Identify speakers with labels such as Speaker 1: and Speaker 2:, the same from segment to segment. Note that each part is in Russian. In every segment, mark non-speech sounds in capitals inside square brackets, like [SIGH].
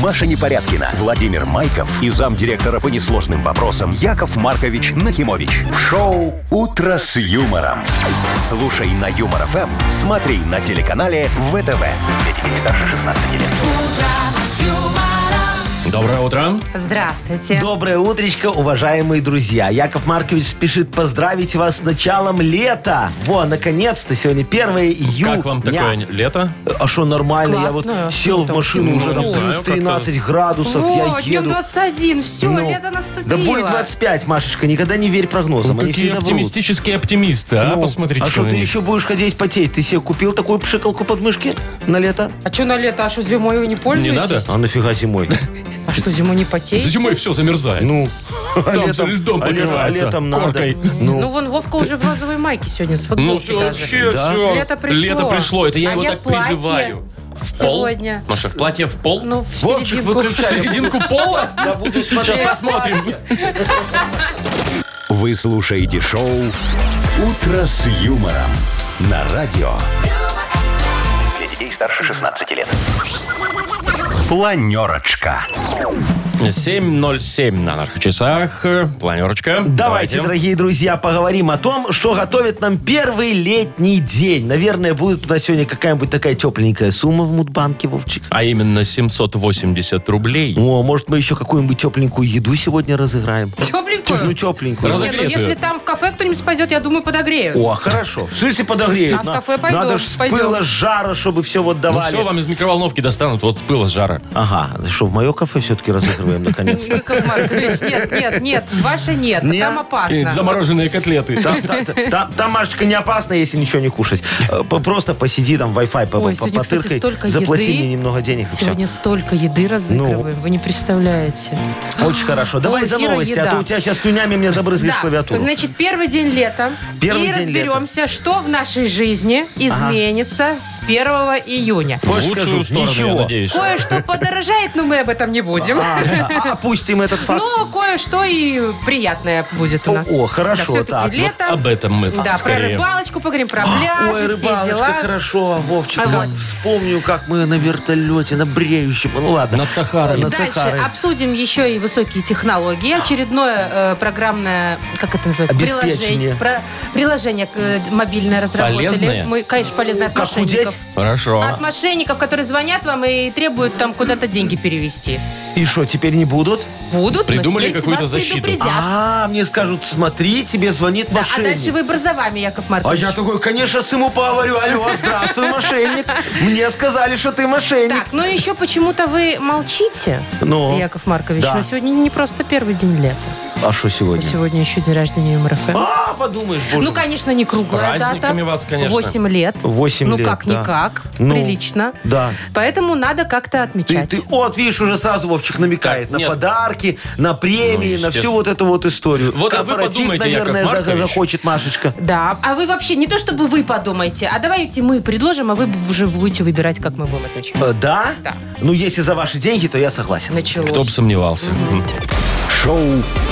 Speaker 1: Маша Непорядкина, Владимир Майков и замдиректора по несложным вопросам Яков Маркович Нахимович. В шоу «Утро с юмором». Слушай на Юмор ФМ, смотри на телеканале ВТВ. Для детей старше 16 лет.
Speaker 2: Доброе утро.
Speaker 3: Здравствуйте.
Speaker 4: Доброе утречко, уважаемые друзья. А Яков Маркович спешит поздравить вас с началом лета. Во, наконец-то, сегодня 1 июля.
Speaker 2: Как вам такое лето?
Speaker 4: А что, нормально? Я вот
Speaker 3: Классно.
Speaker 4: сел в
Speaker 3: Ну,
Speaker 4: машину
Speaker 2: там
Speaker 4: уже,
Speaker 2: тепло.
Speaker 4: там
Speaker 2: Не
Speaker 4: плюс
Speaker 2: знаю, как-то.
Speaker 4: 13 градусов,
Speaker 3: О,
Speaker 4: я
Speaker 3: днем
Speaker 4: еду.
Speaker 3: 21. Все,
Speaker 4: Ну,
Speaker 3: лето наступило.
Speaker 4: Да будет 25, Машечка, никогда не верь прогнозам, они
Speaker 2: Какие
Speaker 4: всегда врут.
Speaker 2: оптимистические оптимисты, Ну, а?
Speaker 4: Ну,
Speaker 2: Посмотрите
Speaker 4: а что ты еще будешь ходить потеть? Ты себе купил такую пшикалку подмышки на лето?
Speaker 3: А что на лето? А что зимой вы не пользуетесь?
Speaker 2: надо?
Speaker 4: А нафига зимой?
Speaker 3: А что, зимой не потеете?
Speaker 2: За зимой все замерзает.
Speaker 4: Ну, а
Speaker 2: Там всё льдом
Speaker 4: а летом- а
Speaker 2: покрывается,
Speaker 4: летом надо.
Speaker 2: коркой.
Speaker 3: Ну, вон Вовка уже в розовой майке сегодня, с футболкой
Speaker 2: Ну, всё,
Speaker 3: даже.
Speaker 4: Да?
Speaker 2: всё.
Speaker 3: Лето пришло.
Speaker 2: Лето пришло. Это я
Speaker 3: А
Speaker 2: его
Speaker 3: я
Speaker 2: так
Speaker 3: в платье
Speaker 2: призываю. В пол?
Speaker 3: сегодня.
Speaker 2: Маша, в платье в пол?
Speaker 3: Ну, в
Speaker 4: Вовчик,
Speaker 3: серединку.
Speaker 2: В серединку
Speaker 3: [LAUGHS]
Speaker 2: пола?
Speaker 4: Я буду смотреть.
Speaker 2: Сейчас посмотрим.
Speaker 1: Вы слушаете шоу «Утро с юмором» на радио. Для детей старше 16 лет. Планерочка.
Speaker 2: 7.07 на наших часах. Планерочка.
Speaker 4: Давайте, дорогие друзья, поговорим о том, что готовит нам первый летний день. Наверное, будет у нас сегодня какая-нибудь такая тепленькая сумма в Мудбанке, Вовчик.
Speaker 2: А именно 780 рублей.
Speaker 4: О, может, мы еще какую-нибудь тепленькую еду сегодня разыграем? Ну,
Speaker 3: Тепленькую.
Speaker 4: тепленькую.
Speaker 2: Раз-
Speaker 3: Не, ну если
Speaker 2: Разогретую.
Speaker 3: там в кафе кто-нибудь пойдет, я думаю, подогреют.
Speaker 4: О, хорошо. В смысле подогреют?
Speaker 3: А в
Speaker 4: На-
Speaker 3: кафе пойдем,
Speaker 4: Надо ж с
Speaker 3: пойдем.
Speaker 4: пыла, с жара, чтобы все вот
Speaker 2: Ну
Speaker 4: давали.
Speaker 2: все, вам из микроволновки достанут вот с пыла с жара.
Speaker 4: Ага, что, в мое кафе все-таки разыгрываем
Speaker 3: [LAUGHS]
Speaker 4: наконец-то?
Speaker 3: Яков Маркович, нет, нет, нет, ваше нет,
Speaker 4: Не.
Speaker 3: там
Speaker 2: Э,
Speaker 3: опасно.
Speaker 2: Замороженные котлеты.
Speaker 4: Там, та- та- там- там, Машечка, не опасно, если ничего не кушать. Э, по- Просто посиди там, Wi-Fi по-
Speaker 3: Ой,
Speaker 4: по-
Speaker 3: сегодня, кстати,
Speaker 4: потыркай,
Speaker 3: столько
Speaker 4: заплати
Speaker 3: еды.
Speaker 4: мне немного денег и Ну. все.
Speaker 3: Сегодня столько еды разыгрываем, вы не представляете.
Speaker 4: Очень хорошо. Давай
Speaker 3: Ой,
Speaker 4: за
Speaker 3: Кира,
Speaker 4: новости,
Speaker 3: еда.
Speaker 4: а то у тебя сейчас слюнями мне забрызгишь
Speaker 3: Да,
Speaker 4: клавиатуру.
Speaker 3: значит, первый день лета.
Speaker 4: Первый
Speaker 3: и
Speaker 4: день
Speaker 3: разберемся, что в нашей жизни изменится с 1 июня.
Speaker 2: В
Speaker 4: Больше
Speaker 2: лучшую
Speaker 4: скажу,
Speaker 2: сторону, я
Speaker 4: ничего.
Speaker 2: надеюсь.
Speaker 4: [LAUGHS]
Speaker 3: Кое-что подорожает, но мы об этом не будем.
Speaker 4: А, а, Опустим этот факт.
Speaker 3: Но кое-что и приятное будет у
Speaker 4: О,
Speaker 3: нас.
Speaker 4: о, хорошо,
Speaker 3: Да, всё-таки
Speaker 4: так,
Speaker 3: лето.
Speaker 2: Об этом мы
Speaker 3: Да, про
Speaker 2: скорее.
Speaker 3: рыбалочку поговорим, про пляж,
Speaker 4: Ой,
Speaker 3: все
Speaker 4: рыбалочка,
Speaker 3: дела.
Speaker 4: хорошо, Вовчик,
Speaker 3: А
Speaker 4: как
Speaker 3: вот.
Speaker 4: вспомню, как мы на вертолете, на бреющем, ну ладно.
Speaker 2: Над Сахарой.
Speaker 4: Над
Speaker 3: Дальше
Speaker 4: Сахарой.
Speaker 3: обсудим еще и высокие технологии. Очередное э, программное, как это называется, приложение,
Speaker 4: Обеспечение.
Speaker 3: про- приложение э, мобильное разработали.
Speaker 2: Полезное?
Speaker 3: Мы, конечно, полезное от
Speaker 4: Как
Speaker 3: мошенников.
Speaker 4: худеть?
Speaker 2: Хорошо.
Speaker 3: От мошенников, которые звонят вам и требуют там куда-то деньги перевести.
Speaker 4: И что, теперь не будут?
Speaker 3: Будут,
Speaker 2: Придумали
Speaker 3: но теперь
Speaker 2: какую-то
Speaker 3: вас
Speaker 2: защиту.
Speaker 3: предупредят.
Speaker 4: А, мне скажут, смотри, тебе звонит
Speaker 3: Да, а дальше
Speaker 4: мошенник.
Speaker 3: выбор за вами, Яков
Speaker 4: А
Speaker 3: Маркович.
Speaker 4: я такой, конечно, с ему поговорю. Алло, здравствуй, мошенник. Мне сказали, что ты мошенник.
Speaker 3: Так, ну еще почему-то вы молчите,
Speaker 4: Ну,
Speaker 3: Яков Маркович.
Speaker 4: Да.
Speaker 3: Но сегодня не просто первый день лета.
Speaker 4: а что сегодня?
Speaker 3: Сегодня еще день рождения МРФ.
Speaker 4: А, подумаешь, боже.
Speaker 3: Ну, конечно, не
Speaker 2: С
Speaker 3: круглая
Speaker 2: праздниками
Speaker 3: дата.
Speaker 2: вас, конечно.
Speaker 3: 8 лет.
Speaker 4: 8
Speaker 3: ну,
Speaker 4: лет,
Speaker 3: как-никак.
Speaker 4: да. Ну,
Speaker 3: Прилично.
Speaker 4: Да.
Speaker 3: Поэтому надо как-то
Speaker 4: Ты,
Speaker 3: отмечать.
Speaker 4: ты- вот, видишь, уже сразу Вовчик намекает
Speaker 2: Так,
Speaker 4: на
Speaker 2: нет.
Speaker 4: подарки, на премии,
Speaker 2: Ну,
Speaker 4: на всю
Speaker 2: естественно.
Speaker 4: вот эту вот историю.
Speaker 2: Вот, а вы
Speaker 4: Корпоратив,
Speaker 2: подумайте, Яков
Speaker 4: наверное, за-
Speaker 2: Маркович.
Speaker 4: захочет Машечка.
Speaker 3: Да. А вы вообще, не то чтобы вы подумайте, а давайте мы предложим, а вы уже будете выбирать, как мы будем отмечать.
Speaker 4: Э, Да?
Speaker 3: Да. Ну,
Speaker 4: Ну, если за ваши деньги, то я согласен.
Speaker 3: Началось.
Speaker 2: Кто бы сомневался. Мгм.
Speaker 1: Шоу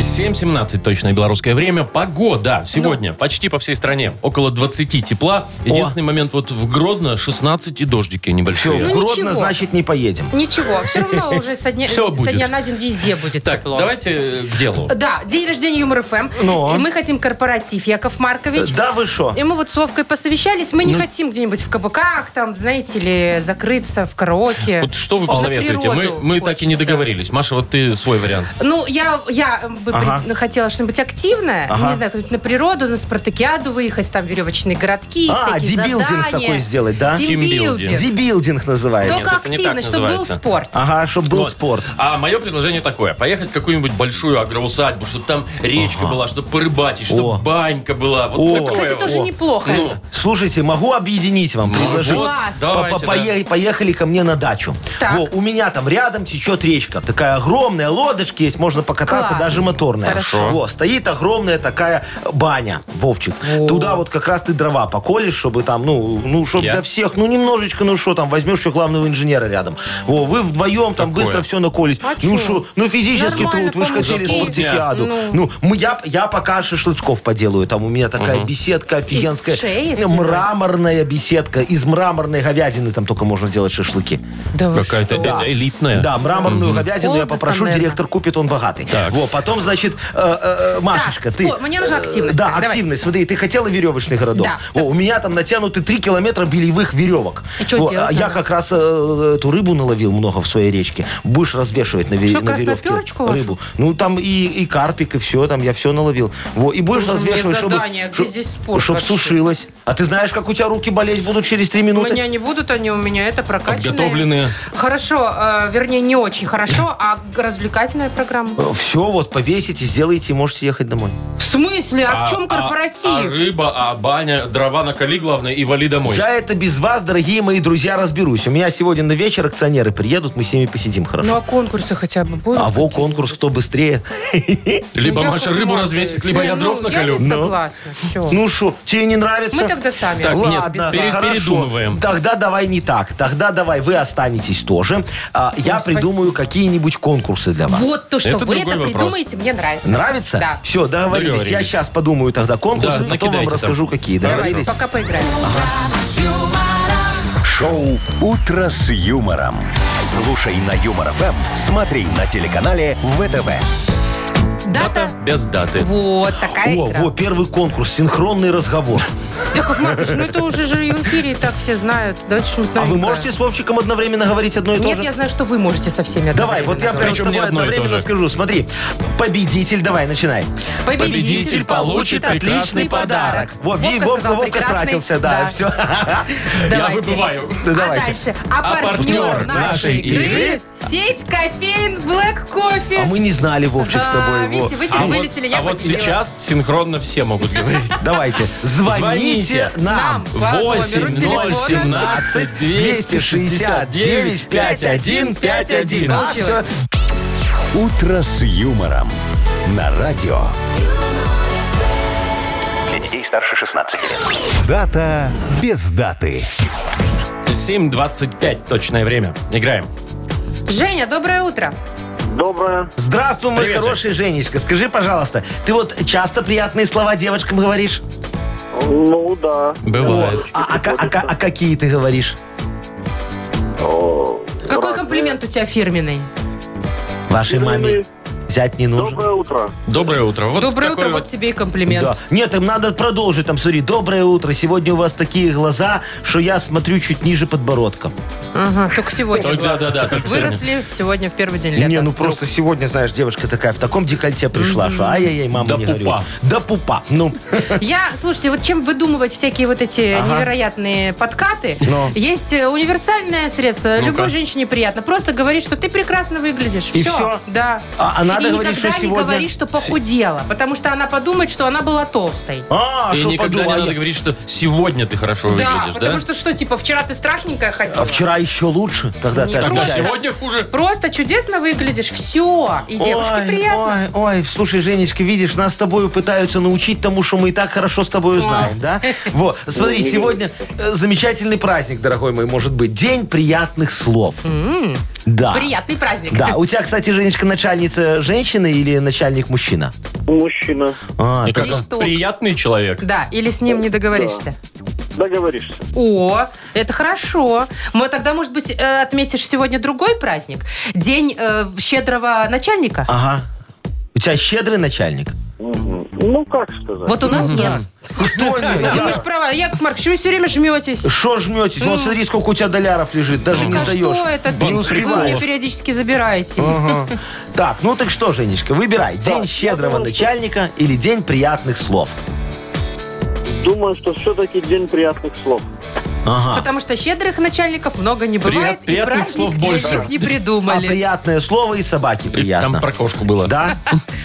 Speaker 2: 7.17 точное белорусское время. Погода сегодня
Speaker 3: Ну.
Speaker 2: почти по всей стране. Около 20 тепла. Единственный момент вот в Гродно 16 и дождики
Speaker 4: Все,
Speaker 2: небольшие.
Speaker 4: в
Speaker 3: Ну,
Speaker 4: Гродно,
Speaker 3: ничего.
Speaker 4: значит, не поедем.
Speaker 3: Ничего, все
Speaker 4: [LAUGHS]
Speaker 3: равно уже со дня,
Speaker 2: Всё
Speaker 3: со
Speaker 2: будет.
Speaker 3: дня на день везде будет
Speaker 2: так,
Speaker 3: тепло.
Speaker 2: давайте к делу.
Speaker 3: Да, день рождения Юмор ФМ.
Speaker 4: Ну.
Speaker 3: И мы хотим корпоратив, Яков
Speaker 4: Э,
Speaker 3: Маркович.
Speaker 4: Да Ну. вы что?
Speaker 3: И мы вот с Вовкой посовещались. Мы не хотим где-нибудь в кабаках, там, знаете ли, закрыться в караоке.
Speaker 2: Вот что вы
Speaker 3: На
Speaker 2: посоветуете? Мы,
Speaker 3: природу
Speaker 2: мы так и не
Speaker 3: хочется.
Speaker 2: договорились. Маша, вот ты свой вариант.
Speaker 3: Ну, я, я бы
Speaker 4: Ага.
Speaker 3: при- хотела что-нибудь активное.
Speaker 4: Ага.
Speaker 3: Не знаю, как-нибудь на природу, на спартакиаду выехать, там веревочные городки,
Speaker 4: А,
Speaker 3: всякие
Speaker 4: дебилдинг
Speaker 3: задания.
Speaker 4: такой сделать, да?
Speaker 3: Тимбилдинг.
Speaker 2: Тимбилдинг.
Speaker 4: Дебилдинг называется.
Speaker 3: Только
Speaker 2: это не
Speaker 3: активно,
Speaker 2: так
Speaker 3: чтобы был
Speaker 2: называется.
Speaker 3: спорт.
Speaker 4: Ага, чтобы был
Speaker 2: Вот.
Speaker 4: спорт.
Speaker 2: А мое предложение такое. Поехать в какую-нибудь большую агроусадьбу, чтобы там речка была, чтобы порыбачить, чтобы
Speaker 4: О.
Speaker 2: банька была. Вот
Speaker 4: О.
Speaker 2: такое
Speaker 3: Кстати,
Speaker 2: вот.
Speaker 3: тоже неплохо.
Speaker 2: Ну,
Speaker 4: Слушайте, могу объединить вам, предложить.
Speaker 2: вот,
Speaker 3: Класс.
Speaker 4: По-
Speaker 2: давайте,
Speaker 4: по-
Speaker 2: да.
Speaker 4: пое- Поехали ко мне на дачу.
Speaker 3: Так.
Speaker 4: Во, у меня там рядом течет речка. Такая огромная, лодочки есть, можно покататься,
Speaker 3: Класс.
Speaker 4: даже моторная.
Speaker 2: Хорошо.
Speaker 4: Во, стоит огромная такая баня, Вовчик. Туда вот как раз ты дрова поколешь, чтобы там, ну, ну, чтобы
Speaker 2: Я?
Speaker 4: для всех, ну, немножечко, ну, что там, возьмешь еще главного инженера рядом. Во, вы вдвоем там
Speaker 2: Такое.
Speaker 4: быстро все наколите. ну, что, ну, физический
Speaker 3: А Нормально,
Speaker 4: труд, вы же хотели
Speaker 3: по-мужски.
Speaker 4: спартакиаду.
Speaker 3: Ну.
Speaker 4: Ну, мы, я, я пока шашлычков поделаю, там у меня такая беседка офигенская.
Speaker 3: шеи
Speaker 4: Не,
Speaker 3: свиной?
Speaker 4: мраморная беседка, из мраморной говядины там только можно делать шашлыки.
Speaker 3: Да вы
Speaker 2: Какая-то
Speaker 3: что?
Speaker 2: э- элитная.
Speaker 4: Да, мраморную говядину я
Speaker 3: Холодно
Speaker 4: попрошу,
Speaker 3: там, наверное.
Speaker 4: директор купит, он богатый.
Speaker 2: Так.
Speaker 4: Вот, потом, значит, э, э, э, Машечка,
Speaker 3: Так,
Speaker 4: ты...
Speaker 3: спо- мне нужна
Speaker 4: э,
Speaker 3: активность.
Speaker 4: Да,
Speaker 3: Так, давайте.
Speaker 4: активность. Смотри, ты хотела веревочный городок.
Speaker 3: Да.
Speaker 4: Во, у меня там натянуты 3 километра белевых веревок.
Speaker 3: И чё
Speaker 4: Во,
Speaker 3: делать
Speaker 4: а Я
Speaker 3: надо?
Speaker 4: как раз э, эту рыбу наловил много в своей речке. Будешь развешивать на, ве-
Speaker 3: Что,
Speaker 4: на веревке
Speaker 3: красноперочку вашу?
Speaker 4: рыбу. Ну, там и, и карпик, и все, там я все наловил. Во, и будешь
Speaker 3: Боже, мне
Speaker 4: развешивать, чтобы...
Speaker 3: задание, где здесь спорт
Speaker 4: Чтобы
Speaker 3: вообще?
Speaker 4: сушилось. А ты знаешь, как у тебя руки болеть будут через 3
Speaker 3: У
Speaker 4: минуты?
Speaker 3: меня не будут они, у меня это прокачанные.
Speaker 2: Подготовленные.
Speaker 3: Хорошо, э, вернее, не очень хорошо, а г- развлекательная программа.
Speaker 4: Все, Э, вот повесите, сделайте и можете ехать домой.
Speaker 3: В смысле? А, в чем корпоратив?
Speaker 2: А, рыба, а баня, дрова накали, главное, и вали домой.
Speaker 4: Я это без вас, дорогие мои друзья, разберусь. У меня сегодня на вечер акционеры приедут, мы с ними посидим
Speaker 3: Ну,
Speaker 4: хорошо.
Speaker 3: а конкурсы хотя бы будут?
Speaker 4: А во конкурс, кто быстрее.
Speaker 2: Либо
Speaker 3: Ну,
Speaker 2: Маша
Speaker 3: Яков
Speaker 2: рыбу
Speaker 3: Маркович,
Speaker 2: развесит, либо
Speaker 3: не,
Speaker 2: я
Speaker 3: ну,
Speaker 2: дров наколю.
Speaker 3: Я не
Speaker 4: Ну.
Speaker 3: согласна, все.
Speaker 4: Ну что, тебе не нравится?
Speaker 3: Мы тогда сами.
Speaker 2: Так, нет,
Speaker 4: Ладно,
Speaker 2: без- пере-
Speaker 4: хорошо.
Speaker 2: передумываем.
Speaker 4: Тогда давай не так. Тогда давай вы останетесь тоже. А, Я
Speaker 3: спасибо.
Speaker 4: придумаю какие-нибудь конкурсы для вас.
Speaker 3: Вот то, что
Speaker 2: Это
Speaker 3: вы это
Speaker 2: другой вопрос.
Speaker 3: придумаете, мне нравится.
Speaker 4: Нравится?
Speaker 3: Да.
Speaker 4: Все, договорились. Я
Speaker 2: Договорились.
Speaker 4: сейчас подумаю тогда конкурсы,
Speaker 2: Да,
Speaker 4: потом
Speaker 2: накидайте
Speaker 4: вам
Speaker 2: там.
Speaker 4: расскажу, какие.
Speaker 3: Давайте,
Speaker 4: Договорились?
Speaker 3: пока поиграем.
Speaker 1: Шоу «Утро с юмором». Слушай на Юмор ФМ, смотри на телеканале ВТВ.
Speaker 2: Дата
Speaker 3: Дата.
Speaker 2: без даты.
Speaker 3: Вот такая
Speaker 4: О,
Speaker 3: игра.
Speaker 4: во, первый конкурс, синхронный разговор.
Speaker 3: Яков Маркович, ну это уже же и в эфире и так все знают. Давайте что-нибудь
Speaker 4: А вы
Speaker 3: новенькое.
Speaker 4: можете с Вовчиком одновременно говорить одно и то же?
Speaker 3: Нет, я знаю, что вы можете со всеми
Speaker 4: Давай, вот я
Speaker 3: одновременно
Speaker 4: прям с
Speaker 2: Причем не
Speaker 4: тобой
Speaker 2: одно и то
Speaker 4: одновременно
Speaker 2: же.
Speaker 4: скажу. Смотри, победитель, давай, начинай.
Speaker 3: говорить. Победитель получит отличный подарок.
Speaker 4: Во, Ви-
Speaker 3: Вовка
Speaker 4: Вовка,
Speaker 3: сказал
Speaker 4: Вовка
Speaker 3: прекрасный.
Speaker 4: стратился, [LAUGHS] да, все.
Speaker 3: Давайте.
Speaker 2: Я выбываю.
Speaker 4: Да,
Speaker 3: А
Speaker 4: давайте.
Speaker 3: дальше. А,
Speaker 2: А
Speaker 3: партнер
Speaker 2: партнер
Speaker 3: нашей
Speaker 2: нашей
Speaker 3: игры
Speaker 2: игры
Speaker 3: сеть кофеин Black Coffee.
Speaker 4: А мы не знали, Вовчик, с
Speaker 3: Да,
Speaker 4: тобой. во.
Speaker 3: видите, вы теперь
Speaker 2: А вот-
Speaker 3: вылетели, я
Speaker 2: а вот
Speaker 3: потеряла.
Speaker 2: сейчас синхронно все могут
Speaker 3: [LAUGHS]
Speaker 2: говорить.
Speaker 4: Давайте, звоните
Speaker 2: Звоните
Speaker 4: нам.
Speaker 3: По номеру
Speaker 2: 8 0
Speaker 3: телефона.
Speaker 2: 17 269 51 51.
Speaker 3: Получилось.
Speaker 1: «Утро с юмором» на радио.
Speaker 5: Для детей старше 16 лет.
Speaker 1: Дата без даты.
Speaker 2: 7.25 точное время. Играем.
Speaker 3: Женя, доброе утро.
Speaker 6: Доброе.
Speaker 4: Здравствуй, мой
Speaker 2: Привет,
Speaker 4: хороший Женечка. Скажи, пожалуйста, ты вот часто приятные слова девочкам говоришь?
Speaker 6: Ну да.
Speaker 2: Бывает.
Speaker 4: А, а ка- а ка- а какие ты говоришь?
Speaker 3: Какой комплимент у тебя фирменный?
Speaker 4: Вашей маме взять не нужно.
Speaker 6: Доброе утро.
Speaker 2: Доброе утро. Вот
Speaker 3: Доброе
Speaker 2: такой
Speaker 3: утро, вот тебе и комплимент.
Speaker 4: Да. Нет, им надо продолжить. Там, смотри, доброе утро. Сегодня у вас такие глаза, что я смотрю чуть ниже подбородка.
Speaker 3: Ага, только сегодня.
Speaker 2: Только-
Speaker 3: главное.
Speaker 2: да-да-да, только
Speaker 3: Выросли сегодня в первый день лета.
Speaker 4: Не, ну просто сегодня, знаешь, девушка такая в таком декольте пришла, что ай-яй-яй, мама
Speaker 2: Да
Speaker 4: не
Speaker 2: пупа.
Speaker 4: горюй. Да пупа.
Speaker 2: [LAUGHS]
Speaker 4: Ну,
Speaker 3: Я, слушайте, вот чем выдумывать всякие вот эти невероятные подкаты,
Speaker 4: Но.
Speaker 3: есть э, универсальное средство. Любой женщине приятно. Просто говори, что ты прекрасно выглядишь.
Speaker 4: И
Speaker 3: все.
Speaker 4: всё?
Speaker 3: Да.
Speaker 4: А- а надо
Speaker 3: И
Speaker 4: говорить,
Speaker 3: никогда
Speaker 4: что
Speaker 3: не
Speaker 4: сегодня-
Speaker 3: говори, что похудела. Потому что она подумает, что она была толстой.
Speaker 4: а,
Speaker 2: И
Speaker 4: что
Speaker 2: никогда не
Speaker 4: подумала?
Speaker 2: надо говорить, что сегодня ты хорошо
Speaker 3: да,
Speaker 2: выглядишь,
Speaker 3: потому
Speaker 2: да?
Speaker 3: что что, типа, вчера ты страшненькая ходила?
Speaker 4: А вчера еще лучше. Тогда
Speaker 3: Не
Speaker 4: ты
Speaker 2: Тогда
Speaker 3: просто.
Speaker 4: отвечаешь.
Speaker 2: сегодня хуже.
Speaker 3: Просто чудесно выглядишь. Все. И девушке
Speaker 4: Ой,
Speaker 3: приятно.
Speaker 4: Ой, ой, слушай, Женечка, видишь, нас с тобою пытаются научить тому, что мы и так хорошо с тобою знаем, да? Вот, смотри, сегодня э, замечательный праздник, дорогой мой, может быть. День приятных слов. Да.
Speaker 3: Приятный праздник.
Speaker 4: Да, у тебя, кстати, Женечка, начальница женщина или начальник мужчина?
Speaker 6: Мужчина.
Speaker 4: А,
Speaker 2: И как
Speaker 3: И
Speaker 2: он
Speaker 3: что?
Speaker 2: приятный человек.
Speaker 3: [LAUGHS] Да, или с ним не договоришься.
Speaker 6: Договоришься.
Speaker 3: О, это хорошо. Мы тогда, может быть, э, отметишь сегодня другой праздник? День э, щедрого начальника?
Speaker 4: Ага. У тебя щедрый начальник?
Speaker 6: Мгм. Ну, как сказать?
Speaker 3: Вот у нас нет.
Speaker 4: Кто
Speaker 3: Ну, мы же права. Яков Маркович, вы все время жметесь.
Speaker 4: Что жметесь? Вот смотри, сколько у тебя доляров лежит, даже не
Speaker 3: Так а что
Speaker 4: сдаешь.
Speaker 3: это?
Speaker 4: Не
Speaker 3: Вы мне
Speaker 4: успеваешь.
Speaker 3: периодически забираете.
Speaker 4: Так, ну так что, Женечка, выбирай. День щедрого начальника или день приятных слов.
Speaker 6: Думаю, что все-таки день приятных слов.
Speaker 4: Ага.
Speaker 3: Потому что щедрых начальников много не бывает.
Speaker 2: Прият-
Speaker 3: и
Speaker 2: приятных
Speaker 3: праздник
Speaker 2: слов
Speaker 3: для
Speaker 2: больше.
Speaker 3: них не
Speaker 4: А
Speaker 3: придумали.
Speaker 4: приятное слово и собаке
Speaker 2: И Там
Speaker 4: приятно.
Speaker 2: про кошку было.
Speaker 4: Да?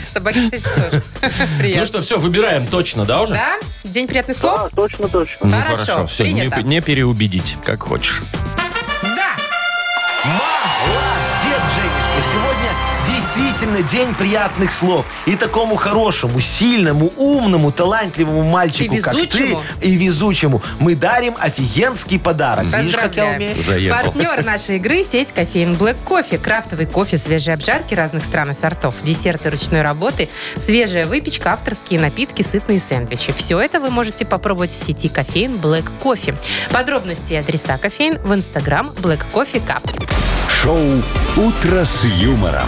Speaker 3: Собаки, кстати,
Speaker 4: [LAUGHS]
Speaker 3: тоже.
Speaker 2: Ну
Speaker 3: Приятно.
Speaker 2: что, все, выбираем точно, да, уже?
Speaker 3: Да? День приятных слов?
Speaker 6: Да, точно, точно.
Speaker 2: Ну,
Speaker 3: Хорошо,
Speaker 2: все, не,
Speaker 3: принято.
Speaker 2: п- не переубедить, как хочешь.
Speaker 3: Да.
Speaker 4: Молодец, Женечка. Сегодня действительно день приятных слов. И такому хорошему, сильному, умному, талантливому мальчику,
Speaker 3: И
Speaker 4: как ты,
Speaker 3: везучему.
Speaker 4: и везучему, мы дарим офигенский подарок. Видишь, как я умею?
Speaker 3: Поздравляем.
Speaker 2: Заехал.
Speaker 3: Партнер нашей игры – сеть кофеин Black Кофе. Крафтовый кофе, свежие обжарки разных стран и сортов, десерты ручной работы, свежая выпечка, авторские напитки, сытные сэндвичи. Все это вы можете попробовать в сети кофеин Black Кофе. Подробности и адреса кофеин в инстаграм Black Кофе Cup.
Speaker 1: Шоу «Утро с юмором»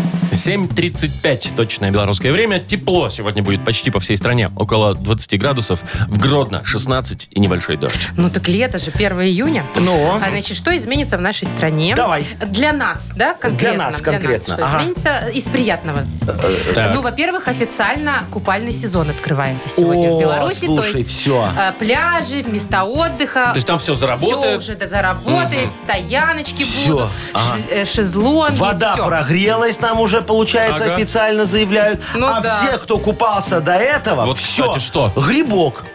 Speaker 2: 7.35 точное белорусское время. Тепло сегодня будет почти по всей стране. Около 20 градусов. В Гродно 16 и небольшой дождь.
Speaker 3: Ну так лето же, 1 июня.
Speaker 4: Ну?
Speaker 3: А значит, что изменится в нашей стране?
Speaker 4: Давай.
Speaker 3: Для нас, да, конкретно?
Speaker 4: Для нас конкретно,
Speaker 3: что
Speaker 4: ага.
Speaker 3: изменится из приятного?
Speaker 2: Так.
Speaker 3: Ну, во-первых, официально купальный сезон открывается сегодня
Speaker 4: О,
Speaker 3: в Беларуси.
Speaker 4: слушай,
Speaker 3: то есть
Speaker 4: всё.
Speaker 3: э, пляжи, места отдыха.
Speaker 2: То есть там всё заработает?
Speaker 3: Все уже да, заработает, стояночки
Speaker 4: Всё,
Speaker 3: будут,
Speaker 4: ага.
Speaker 3: ш- э, шезлонги,
Speaker 4: Вода
Speaker 3: всё.
Speaker 4: прогрелась, нам уже, получается,
Speaker 2: Ага.
Speaker 4: официально заявляют.
Speaker 3: Ну
Speaker 4: а
Speaker 3: да.
Speaker 4: все, кто купался до этого,
Speaker 2: Вот,
Speaker 4: все,
Speaker 2: кстати, что?
Speaker 4: грибок.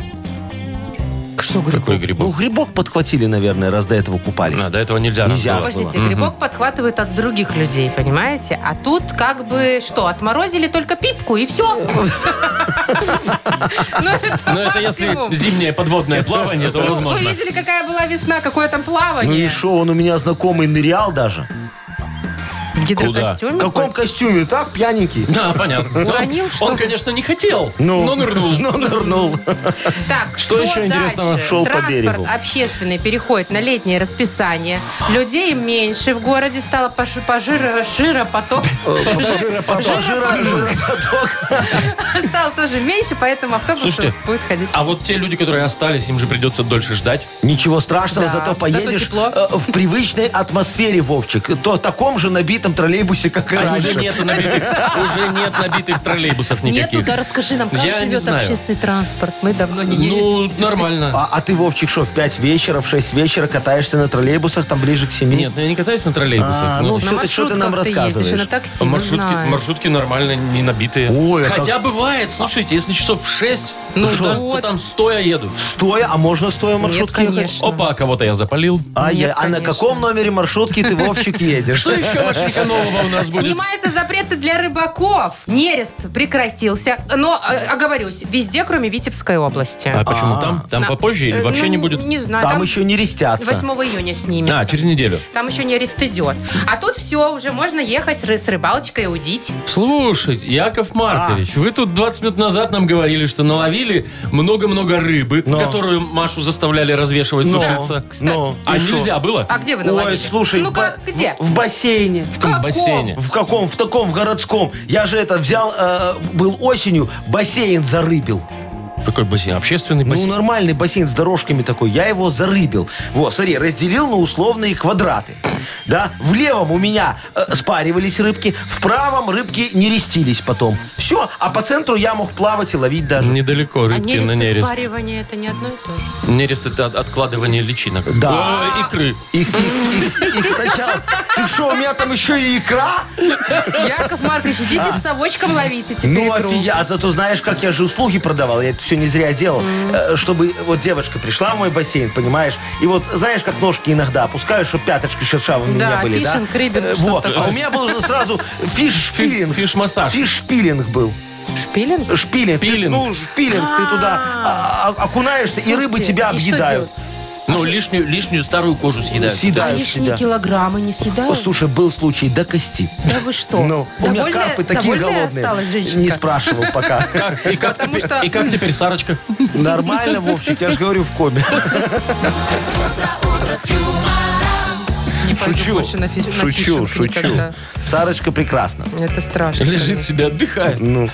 Speaker 3: Что грибок?
Speaker 2: Какой
Speaker 4: Ну,
Speaker 2: грибок?
Speaker 4: грибок подхватили, наверное, раз до этого купались.
Speaker 2: А, до этого нельзя.
Speaker 4: Нельзя.
Speaker 2: раздавать.
Speaker 3: Подождите, грибок подхватывает от других людей, понимаете? А тут как бы что, отморозили только пипку и Ну,
Speaker 4: [LAUGHS]
Speaker 3: все. Ну,
Speaker 2: Ну, это если
Speaker 3: максимум.
Speaker 2: зимнее подводное плавание, то
Speaker 3: Ну, Вы
Speaker 2: возможно.
Speaker 3: видели, какая была весна, какое там
Speaker 4: Ну и
Speaker 3: плавание?
Speaker 4: шо, он у меня знакомый нырял даже.
Speaker 3: В гидрокостюме?
Speaker 4: В каком костюме? Так, пьяненький.
Speaker 2: [LAUGHS] Да, понятно. Ну,
Speaker 3: Уронил
Speaker 2: Он,
Speaker 3: что-то.
Speaker 2: конечно, не хотел,
Speaker 4: Ну.
Speaker 2: но нырнул.
Speaker 4: [LAUGHS] Ну, нырнул.
Speaker 3: Так,
Speaker 2: Что
Speaker 3: что,
Speaker 2: еще
Speaker 3: дальше?
Speaker 2: интересного?
Speaker 4: Шел по
Speaker 3: Транспорт
Speaker 4: берегу.
Speaker 3: общественный переходит на летнее расписание. Людей меньше в городе стало паш- пожиро, жиропоток.
Speaker 2: [LAUGHS] Э.
Speaker 3: Жиропоток стал тоже меньше, поэтому автобус
Speaker 2: Слушайте,
Speaker 3: будет ходить.
Speaker 2: А вот те люди, которые остались, им же придется дольше ждать.
Speaker 4: Ничего страшного,
Speaker 3: Да,
Speaker 4: зато
Speaker 3: зато
Speaker 4: поедешь
Speaker 3: тепло.
Speaker 4: э, в привычной атмосфере, Вовчик. То таком же набитом троллейбусе, как и
Speaker 2: А уже
Speaker 4: раньше.
Speaker 2: нет набитых, уже нет набитых троллейбусов
Speaker 3: Нету,
Speaker 2: никаких.
Speaker 3: да расскажи нам, как
Speaker 2: Я не
Speaker 3: живет
Speaker 2: знаю.
Speaker 3: общественный транспорт. Мы давно не
Speaker 2: Ну,
Speaker 3: ездили.
Speaker 2: нормально.
Speaker 4: А, а ты, Вовчик, что, в 5 вечера, в 6 вечера катаешься на троллейбусах, там ближе к 7?
Speaker 2: Нет, ну я не катаюсь на троллейбусах.
Speaker 4: А,
Speaker 2: но
Speaker 4: ну,
Speaker 3: На
Speaker 4: всё, ты- что ты нам
Speaker 3: маршрутках ты
Speaker 4: рассказываешь?
Speaker 3: ездишь и на такси, не
Speaker 2: А Маршрутки,
Speaker 3: знаю.
Speaker 2: маршрутки нормально не набитые.
Speaker 4: Ой, а
Speaker 2: Хотя бывает, слушайте, если часов в 6,
Speaker 3: Ну
Speaker 2: то, там-
Speaker 3: вот.
Speaker 2: то там стоя едут.
Speaker 4: Стоя, а можно стоя маршрутки
Speaker 3: конечно.
Speaker 4: ехать?
Speaker 2: Опа, кого-то я запалил.
Speaker 4: А, я-
Speaker 3: Нет,
Speaker 4: а на
Speaker 3: конечно.
Speaker 4: каком номере маршрутки ты, Вовчик, едешь?
Speaker 2: Что еще, Машенька, нового у нас будет?
Speaker 3: Снимаются запреты для рыбаков. Нерест прекратился. Но, э, оговорюсь, везде, кроме Витебской области.
Speaker 2: А почему там? Там
Speaker 3: На-
Speaker 2: попозже или
Speaker 3: э,
Speaker 2: вообще
Speaker 3: ну,
Speaker 2: не будет?
Speaker 3: Не знаю.
Speaker 4: Там еще не рестятся.
Speaker 3: 8 июня снимется.
Speaker 2: А, через неделю.
Speaker 3: Там еще нерест идет. А тут все, уже можно ехать ры- с рыбалочкой удить.
Speaker 2: Слушайте, Яков Маркович, вы тут 20 минут назад нам говорили, что наловили много-много рыбы,
Speaker 4: Но.
Speaker 2: которую Машу заставляли развешивать,
Speaker 4: Но.
Speaker 2: сушиться.
Speaker 3: Кстати.
Speaker 4: Ну,
Speaker 2: А
Speaker 4: и шо?
Speaker 2: нельзя было?
Speaker 3: А где вы наловили?
Speaker 4: Ой, слушай,
Speaker 3: Ну
Speaker 4: в
Speaker 3: как,
Speaker 4: ба-
Speaker 3: где?
Speaker 4: В бассейне.
Speaker 2: В каком бассейне?
Speaker 4: В каком? В таком, в городском. Я же это взял, э, был осенью, бассейн зарыбил.
Speaker 2: Какой бассейн? Общественный бассейн?
Speaker 4: Ну, нормальный бассейн с дорожками такой. Я его зарыбил. Вот, смотри, разделил на условные квадраты. Да, в левом у меня э, спаривались рыбки, в правом рыбки не рестились потом. Все, а по центру я мог плавать и ловить даже.
Speaker 2: Недалеко
Speaker 3: А
Speaker 2: рыбки
Speaker 3: нерест
Speaker 2: на
Speaker 3: и
Speaker 2: нерест.
Speaker 3: спаривание это не одно и то же.
Speaker 2: Нерест это от- откладывание личинок.
Speaker 4: Да.
Speaker 2: Ой, икры.
Speaker 4: Их, их- их- их сначала... Ты что, у меня там еще и икра?
Speaker 3: Яков Маркович, идите с совочком ловите теперь
Speaker 4: Ну,
Speaker 3: икру.
Speaker 4: офигеть. А зато знаешь, как я же услуги продавал. Я это все не зря делал. Э, Чтобы вот девушка пришла в мой бассейн, понимаешь? И вот знаешь, как ножки иногда опускаешь, чтобы пяточки шершавыми
Speaker 3: Да,
Speaker 4: не были, да?
Speaker 3: фишинг, рыбинг,
Speaker 4: Э,
Speaker 3: что-то
Speaker 4: Вот.
Speaker 3: такое.
Speaker 4: А у меня был уже сразу фиш-шпилинг.
Speaker 2: фиш-массаж.
Speaker 4: Фиш-шпилинг был.
Speaker 3: Шпилинг?
Speaker 4: Шпилинг. Ты-
Speaker 2: Пилинг.
Speaker 4: ну, шпилинг. Ты туда а, а, окунаешься, и рыбы
Speaker 3: Слушайте,
Speaker 4: тебя
Speaker 3: и что
Speaker 4: объедают.
Speaker 3: делают?
Speaker 2: Ну, лишнюю, лишнюю старую кожу съедают.
Speaker 3: А
Speaker 4: Съедают
Speaker 3: лишние
Speaker 4: тебя.
Speaker 3: килограммы не съедают?
Speaker 4: Слушай, был случай до кости.
Speaker 3: Да вы что?
Speaker 4: Ну, у меня
Speaker 3: Довольная-
Speaker 4: карпы такие
Speaker 3: довольная
Speaker 4: голодные.
Speaker 3: осталась женщина?
Speaker 4: Не спрашивал
Speaker 3: [LAUGHS]
Speaker 4: пока.
Speaker 2: Как- и, как
Speaker 3: Потому
Speaker 2: теперь,
Speaker 3: что-
Speaker 2: и как теперь Сарочка?
Speaker 4: Нормально, Вовчик, я же говорю в коме.
Speaker 7: утро с юмором,
Speaker 3: Не пойду больше на фи- на
Speaker 4: шучу,
Speaker 3: фишинг
Speaker 4: шучу.
Speaker 3: никогда.
Speaker 4: Сарочка прекрасна.
Speaker 3: Это страшно.
Speaker 2: Лежит себе, отдыхает.
Speaker 4: Ну,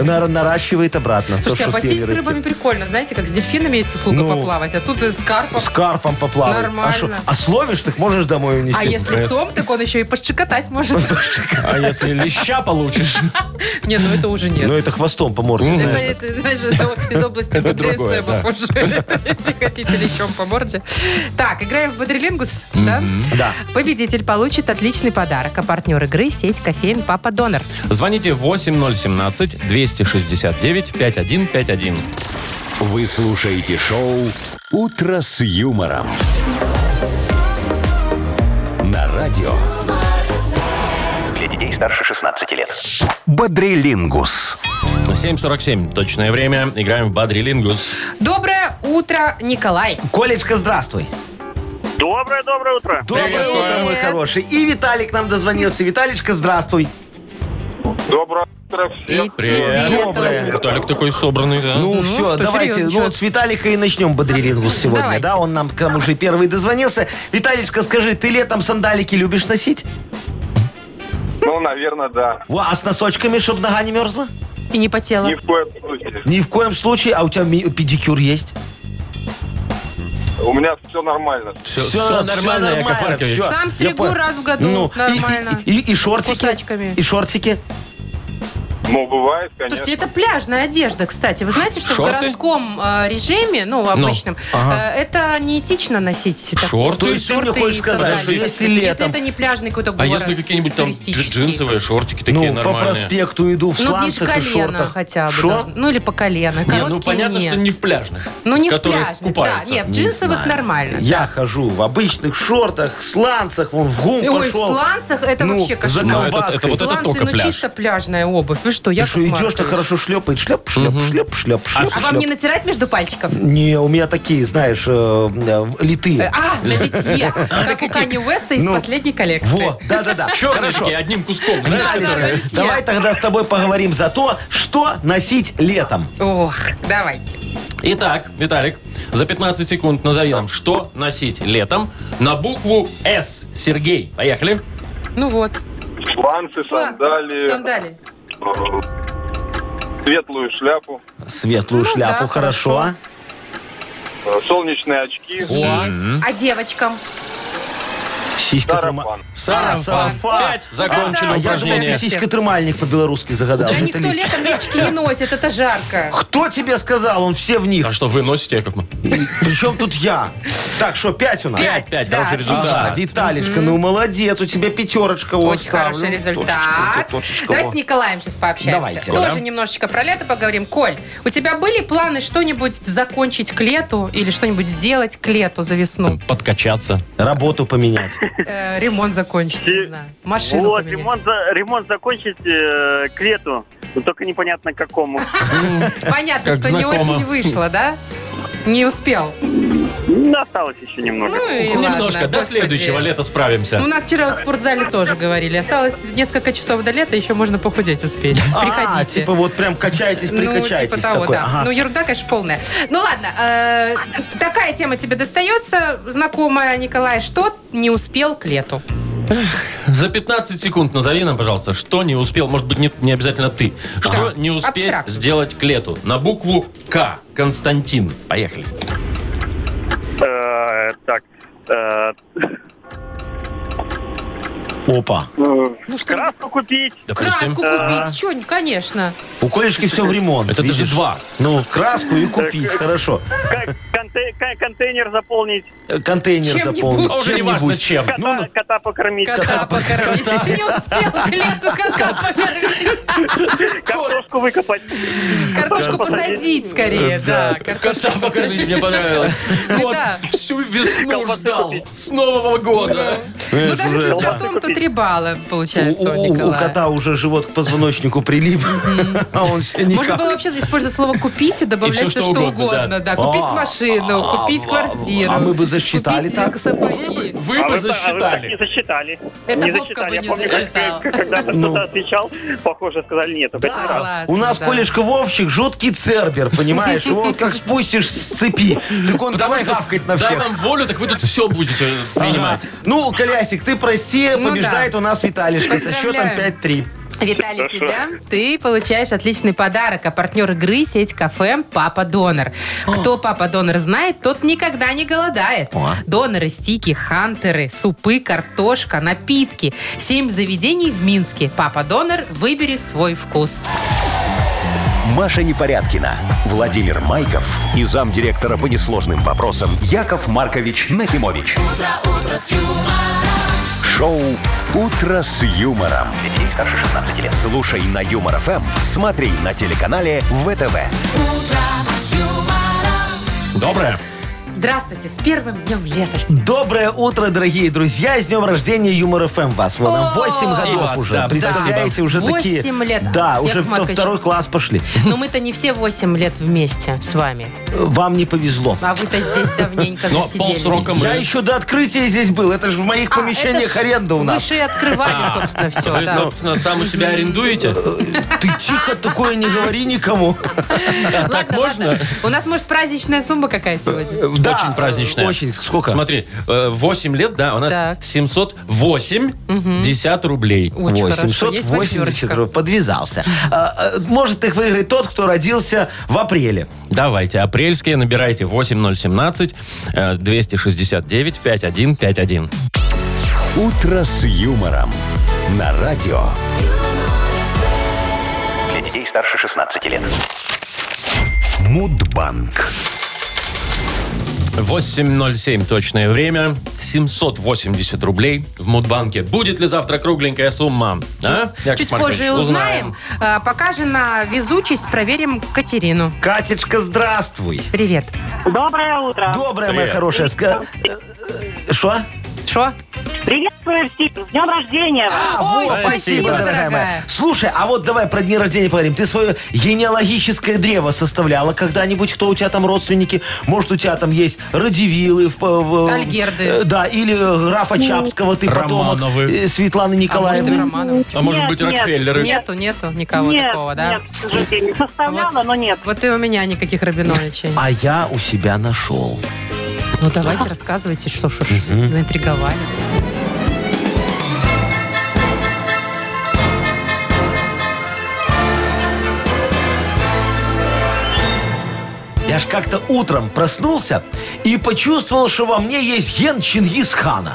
Speaker 4: она наращивает обратно. то,
Speaker 3: Слушайте, а
Speaker 4: что съели
Speaker 3: бассейн с
Speaker 4: рыбки.
Speaker 3: рыбами прикольно. Знаете, как с дельфинами есть услуга
Speaker 4: Ну.
Speaker 3: поплавать, а тут и с карпом.
Speaker 4: С карпом поплавать.
Speaker 3: Нормально.
Speaker 4: А, шо, а словишь, так можешь домой унести.
Speaker 3: А если сом, так он еще и пощекотать может.
Speaker 2: А если леща получишь?
Speaker 3: Не, ну это уже
Speaker 4: Ну,
Speaker 3: нет.
Speaker 4: это хвостом по морде.
Speaker 3: Это,
Speaker 4: знаешь.
Speaker 3: это, знаешь, это из области
Speaker 2: Это другое,
Speaker 3: БДСМов
Speaker 2: да.
Speaker 4: [LAUGHS]
Speaker 3: уже, если хотите, лещом по морде. Так, играем в Бодрилингус, да?
Speaker 4: Да.
Speaker 3: Победитель получит отличный подарок, а партнер игры – сеть кофеин «Папа Донор».
Speaker 2: Звоните 8017-269-5151.
Speaker 1: Вы слушаете шоу «Утро с юмором»
Speaker 5: старше 16 лет.
Speaker 1: Бодрилингус.
Speaker 2: 7.47. Точное время. Играем в Бадрилингус.
Speaker 3: Доброе утро, Николай.
Speaker 4: Колечка, здравствуй.
Speaker 6: Доброе-доброе утро.
Speaker 4: Доброе
Speaker 2: Привет.
Speaker 4: утро, мой
Speaker 3: Привет.
Speaker 4: хороший. И Виталик нам дозвонился. Виталичка, здравствуй.
Speaker 8: Доброе утро всем.
Speaker 3: И
Speaker 2: Привет.
Speaker 3: тебе
Speaker 4: Доброе.
Speaker 3: тоже.
Speaker 2: Виталик такой собранный, да?
Speaker 4: Ну,
Speaker 3: Ну,
Speaker 4: все,
Speaker 3: что,
Speaker 4: давайте.
Speaker 3: серьёзно,
Speaker 4: ну
Speaker 3: чё?
Speaker 4: вот с Виталика и начнем бодрилингус сегодня,
Speaker 3: Давайте.
Speaker 4: да? Он нам к тому же первый дозвонился. Виталичка, скажи, ты летом сандалики любишь носить?
Speaker 8: Ну, наверное, да.
Speaker 4: Во, а с носочками, чтобы нога не мерзла?
Speaker 3: И не потела.
Speaker 8: Ни в коем случае.
Speaker 4: Ни в коем случае, а у тебя ми- педикюр есть?
Speaker 8: У меня все нормально.
Speaker 2: все,
Speaker 4: всё-
Speaker 2: все
Speaker 4: всё
Speaker 2: нормально, Яков
Speaker 4: нормально,
Speaker 2: Маркович.
Speaker 4: всё.
Speaker 3: Сам
Speaker 4: я
Speaker 3: стригу
Speaker 4: понял.
Speaker 3: раз в году.
Speaker 4: Ну, и-
Speaker 3: ну, Нормально.
Speaker 4: И, и- и шортики?
Speaker 3: Кусачками.
Speaker 4: И шортики?
Speaker 8: Ну, бывает, конечно.
Speaker 3: Слушайте, это пляжная одежда, кстати. Вы знаете, что
Speaker 2: Шорты?
Speaker 3: в городском э, режиме, ну, обычном, э, это неэтично носить такое.
Speaker 2: Шорты?
Speaker 4: То есть ты мне
Speaker 3: Шорты
Speaker 4: хочешь
Speaker 3: и
Speaker 4: сказать, что
Speaker 3: сандалии.
Speaker 4: если летом...
Speaker 3: это не пляжный какой-то город.
Speaker 2: А если какие-нибудь там дж-
Speaker 3: туристический?
Speaker 2: джинсовые шортики
Speaker 4: Ну,
Speaker 2: такие
Speaker 4: по
Speaker 2: нормальные?
Speaker 4: проспекту иду в
Speaker 3: Ну, ниже
Speaker 4: сланцах и
Speaker 3: колена
Speaker 4: шортах.
Speaker 3: хотя бы.
Speaker 4: Шо?
Speaker 3: должны. Ну, или по колено.
Speaker 2: Не,
Speaker 3: Короткие
Speaker 2: ну понятно,
Speaker 3: нет.
Speaker 2: что не в пляжных.
Speaker 3: Ну, не в
Speaker 2: которые
Speaker 3: пляжных, да.
Speaker 2: купаются.
Speaker 3: Нет, в джинсовых нормально.
Speaker 4: Я хожу в обычных шортах, сланцах, вон в гум
Speaker 3: Ой, в
Speaker 4: пошел.
Speaker 3: сланцах это
Speaker 4: Ну,
Speaker 3: вообще
Speaker 4: за
Speaker 3: кошмар.
Speaker 2: Ну, это-
Speaker 4: колбаской.
Speaker 2: это вот это
Speaker 3: Сланцы,
Speaker 2: только
Speaker 3: ну,
Speaker 2: пляж.
Speaker 3: чисто пляжная обувь. Вы что, я
Speaker 4: Ты что, идешь, так хорошо шлепает, шлеп, шлеп, шлеп, шлеп, шлеп,
Speaker 3: А вам не натирать между пальчиков?
Speaker 4: Не, у меня такие, знаешь, э, э, литые.
Speaker 3: А,
Speaker 2: [LAUGHS]
Speaker 3: на литье. Как у Кани Уэста из
Speaker 4: А, Ну,
Speaker 3: последней коллекции.
Speaker 4: Вот,
Speaker 3: [LAUGHS]
Speaker 4: да-да-да.
Speaker 2: Черные
Speaker 4: Хорошо.
Speaker 2: такие, одним куском, знаешь,
Speaker 3: Да, да,
Speaker 2: которые-
Speaker 3: да. Литье.
Speaker 4: Давай тогда с тобой поговорим за то, что носить летом.
Speaker 3: Ох, давайте.
Speaker 2: Итак, Виталик, за 15 секунд назови нам, что носить летом на букву «С». Сергей, поехали.
Speaker 3: Ну вот.
Speaker 8: Шланцы, сандалии,
Speaker 3: Сандали.
Speaker 8: э, светлую шляпу,
Speaker 4: Светлую
Speaker 3: Ну
Speaker 4: шляпу,
Speaker 3: да,
Speaker 4: хорошо.
Speaker 3: хорошо.
Speaker 8: э, солнечные очки.
Speaker 3: Есть. А девочкам?
Speaker 4: Сиська трыма-
Speaker 8: Сарафан.
Speaker 3: Сарафан.
Speaker 2: Пять. Закончено
Speaker 3: Да-да,
Speaker 4: А я думал,
Speaker 2: упражнение.
Speaker 4: ты сиська трымальник по-белорусски загадал.
Speaker 3: Да
Speaker 4: А Это
Speaker 3: никто
Speaker 4: легче.
Speaker 3: летом лички не носит, это жарко.
Speaker 4: [LAUGHS] Кто тебе сказал? Он все в них.
Speaker 2: А что, вы носите, Яков Маркович?
Speaker 4: Причем тут я. Так, что, пять у нас?
Speaker 2: Пять, пять,
Speaker 3: да,
Speaker 2: хороший
Speaker 4: А,
Speaker 2: результат.
Speaker 4: Виталишка, ну молодец, у тебя пятерочка. вот
Speaker 3: Очень
Speaker 4: ставлю.
Speaker 3: хороший результат.
Speaker 4: Точечка, у тебя точечка,
Speaker 3: Давайте
Speaker 4: во.
Speaker 3: с Николаем сейчас пообщаемся.
Speaker 4: Давайте.
Speaker 3: Тоже
Speaker 2: Да.
Speaker 3: немножечко про лето поговорим. Коль, у тебя были планы что-нибудь закончить к лету или что-нибудь сделать к лету за
Speaker 6: [LAUGHS]
Speaker 3: весну?
Speaker 2: Ну, Подкачаться.
Speaker 4: Работу поменять.
Speaker 3: Э, ремонт закончить, не знаю. Машину
Speaker 6: Вот,
Speaker 3: поменять.
Speaker 6: ремонт, за- ремонт закончить э, к лету, но только непонятно к какому.
Speaker 3: Понятно,
Speaker 2: Как
Speaker 3: что не
Speaker 2: знакомо.
Speaker 3: очень вышло, да? Не успел.
Speaker 6: Ну, осталось еще немного.
Speaker 3: Ну и ладно,
Speaker 2: Немножко, до
Speaker 3: господи. Ну,
Speaker 2: следующего лета справимся.
Speaker 3: У нас вчера в спортзале тоже говорили. Осталось несколько часов до лета, еще можно похудеть успеть. Приходите.
Speaker 4: А, типа вот прям качайтесь,
Speaker 3: Ну,
Speaker 4: прикачайтесь.
Speaker 3: типа того,
Speaker 4: такой.
Speaker 3: да.
Speaker 4: Ага.
Speaker 3: Ну, ерунда, конечно, полная. Ну, ладно. э, такая тема тебе достается, знакомая, Николай. Что не успел к лету?
Speaker 2: За 15 секунд назови нам, пожалуйста, что не успел, может быть, не, не обязательно ты, что
Speaker 3: Да.
Speaker 2: не успеть
Speaker 3: Абстрактно.
Speaker 2: сделать к лету. На букву К. Константин. Поехали.
Speaker 6: Э, Так. э,
Speaker 4: Опа.
Speaker 3: Ну, что?
Speaker 6: Краску купить.
Speaker 2: Допустим.
Speaker 3: Краску
Speaker 4: А.
Speaker 3: купить. Че, конечно.
Speaker 4: У Колешки все в ремонт.
Speaker 2: Это даже
Speaker 4: видишь?
Speaker 2: два.
Speaker 4: Ну, краску и купить, хорошо.
Speaker 6: Кон- конте- кон- Контейнер заполнить,
Speaker 4: Э, Контейнер
Speaker 3: Чем-нибудь.
Speaker 4: заполнить.
Speaker 2: А уже не важно
Speaker 4: чем-нибудь.
Speaker 2: чем.
Speaker 6: кота, кота покормить,
Speaker 3: Кота
Speaker 4: [LAUGHS]
Speaker 3: покормить. Не успел к лету кота покормить.
Speaker 6: картошку выкопать.
Speaker 3: Картошку посадить скорее, да.
Speaker 2: Кота
Speaker 3: картошку
Speaker 2: покормили, мне понравилось.
Speaker 3: Ну
Speaker 2: Кот
Speaker 3: да.
Speaker 2: всю весну
Speaker 6: Колбасы
Speaker 2: ждал.
Speaker 6: купить.
Speaker 2: С Нового года.
Speaker 3: Ну, даже если с
Speaker 4: Э, Уже-
Speaker 3: котом, то три балла,
Speaker 4: У-
Speaker 3: получается, у
Speaker 4: у- У
Speaker 3: Николая.
Speaker 4: кота уже живот к позвоночнику прилип, а он все
Speaker 3: Можно было
Speaker 4: никак.
Speaker 3: вообще использовать слово «купить» и добавлять
Speaker 2: И всё,
Speaker 3: все,
Speaker 2: что
Speaker 3: что,
Speaker 2: угодно,
Speaker 3: угодно.
Speaker 2: да.
Speaker 3: да. Купить
Speaker 4: А,
Speaker 3: машину,
Speaker 4: а,
Speaker 3: купить
Speaker 4: а,
Speaker 3: квартиру.
Speaker 4: а мы бы засчитали
Speaker 3: купить
Speaker 4: так?
Speaker 2: Вы бы-
Speaker 3: сапоги.
Speaker 2: Вы
Speaker 6: А
Speaker 2: бы
Speaker 6: вы- а вы так
Speaker 2: засчитали.
Speaker 6: не засчитали.
Speaker 3: Это
Speaker 6: не
Speaker 3: Вовка бы
Speaker 6: засчитали. Я
Speaker 3: не
Speaker 6: помню,
Speaker 3: засчитал.
Speaker 6: как, как- [LAUGHS] когда ты
Speaker 4: Ну.
Speaker 6: кто-то отвечал, похоже, сказали нет. Это
Speaker 3: Да,
Speaker 6: правда.
Speaker 3: классно,
Speaker 4: У нас
Speaker 3: да.
Speaker 4: Колешка Вовчик жуткий цербер, понимаешь? Его вот как спустишь с цепи, так он давай гавкать на
Speaker 2: Дай
Speaker 4: всех.
Speaker 2: вам волю, так вы тут все будете принимать.
Speaker 4: Ну, Колясик, ты прости,
Speaker 3: Ну
Speaker 4: побеждает у нас Виталишка со счетом
Speaker 3: Поздравляем.
Speaker 4: 5-3.
Speaker 3: Виталий, тебя. Ты получаешь отличный подарок. А партнер игры – сеть кафе «Папа Донор». Кто «Папа Донор» знает, тот никогда не голодает. Доноры, стики, хантеры, супы, картошка, напитки. Семь заведений в Минске. «Папа Донор» – выбери свой вкус.
Speaker 1: Маша Непорядкина, Владимир Майков и замдиректора по несложным вопросам Яков Маркович Нахимович. Шоу Утро с юмором. Для детей старше 16 лет. Слушай на юмор ФМ, смотри на телеканале ВТВ.
Speaker 2: Доброе.
Speaker 3: Здравствуйте, с первым днем лета всех.
Speaker 4: Доброе утро, дорогие друзья. С днем рождения Юмор ФМ вас. Вон, нам
Speaker 3: О,
Speaker 4: 8
Speaker 2: и
Speaker 4: годов
Speaker 2: вас,
Speaker 4: уже.
Speaker 2: да,
Speaker 4: Представляете,
Speaker 2: спасибо.
Speaker 4: уже такие.
Speaker 3: Восемь лет.
Speaker 4: Да,
Speaker 3: Яков
Speaker 4: уже в
Speaker 3: Маркович.
Speaker 4: второй класс пошли.
Speaker 3: Но мы-то не все 8 лет вместе с вами.
Speaker 4: Э, Вам не повезло.
Speaker 3: А вы-то здесь давненько
Speaker 2: Но
Speaker 3: засиделись.
Speaker 2: полсрока мы-
Speaker 4: Я еще до открытия здесь был. Это же в моих
Speaker 3: А,
Speaker 4: помещениях
Speaker 3: это ж
Speaker 4: аренда у нас.
Speaker 3: Вы же и открывали, собственно,
Speaker 2: [LAUGHS]
Speaker 3: все.
Speaker 2: Вы, собственно, сам у себя арендуете?
Speaker 3: Э,
Speaker 4: Ты тихо такое не говори никому.
Speaker 3: Так
Speaker 2: А можно? Э,
Speaker 3: У нас, может, праздничная сумма какая сегодня?
Speaker 4: Да,
Speaker 2: Очень праздничная.
Speaker 4: Очень. Сколько?
Speaker 2: Смотри, э, 8 лет, да, у нас
Speaker 3: Так.
Speaker 2: 780 рублей.
Speaker 3: Очень хорошо. Есть
Speaker 4: 880
Speaker 3: восьмерочка.
Speaker 4: рублей. Подвязался. А, а, Может их выиграть тот, кто родился в апреле.
Speaker 2: Давайте, апрельские, набирайте 8017 э, 269 5151.
Speaker 1: «Утро с юмором» на радио.
Speaker 5: Для детей старше 16 лет.
Speaker 1: Мудбанк.
Speaker 2: 8.07 точное время, 780 рублей в Мудбанке. Будет ли завтра кругленькая сумма? а, Яков
Speaker 3: Чуть
Speaker 2: Маркович?
Speaker 3: позже узнаем. А, Пока же на везучесть проверим Катерину.
Speaker 4: Катечка, здравствуй.
Speaker 3: Привет.
Speaker 9: Доброе утро.
Speaker 4: Добрая моя
Speaker 2: Привет.
Speaker 4: хорошая. Ска- э, э, Что?
Speaker 3: Шо?
Speaker 9: Приветствую всех. С днем рождения вас.
Speaker 3: Ой,
Speaker 4: Вот,
Speaker 3: А, спасибо, дорогая.
Speaker 4: Слушай, а вот давай про дни рождения поговорим. Ты свое генеалогическое древо составляла когда-нибудь? Кто у тебя там родственники? Может, у тебя там есть Радивилы? в- в-
Speaker 3: Альгерды. Ну.
Speaker 4: э, Да, или э, графа Чапского, ты потомок
Speaker 2: Романовы.
Speaker 4: э,
Speaker 3: А
Speaker 4: Светланы
Speaker 3: может, и
Speaker 4: Николаевны.
Speaker 3: Романова?
Speaker 2: А может
Speaker 9: Нет,
Speaker 2: быть,
Speaker 9: нет,
Speaker 2: Рокфеллеры?
Speaker 3: Нету, нету никого
Speaker 9: нет,
Speaker 3: такого, да?
Speaker 9: нет, к сожалению, составляла, но нет.
Speaker 3: Вот и у меня никаких Рабиновичей.
Speaker 4: А я у себя нашел.
Speaker 3: Ну, давайте рассказывайте, что ж уж заинтриговали.
Speaker 4: Я ж как-то утром проснулся и почувствовал, что во мне есть ген Чингисхана.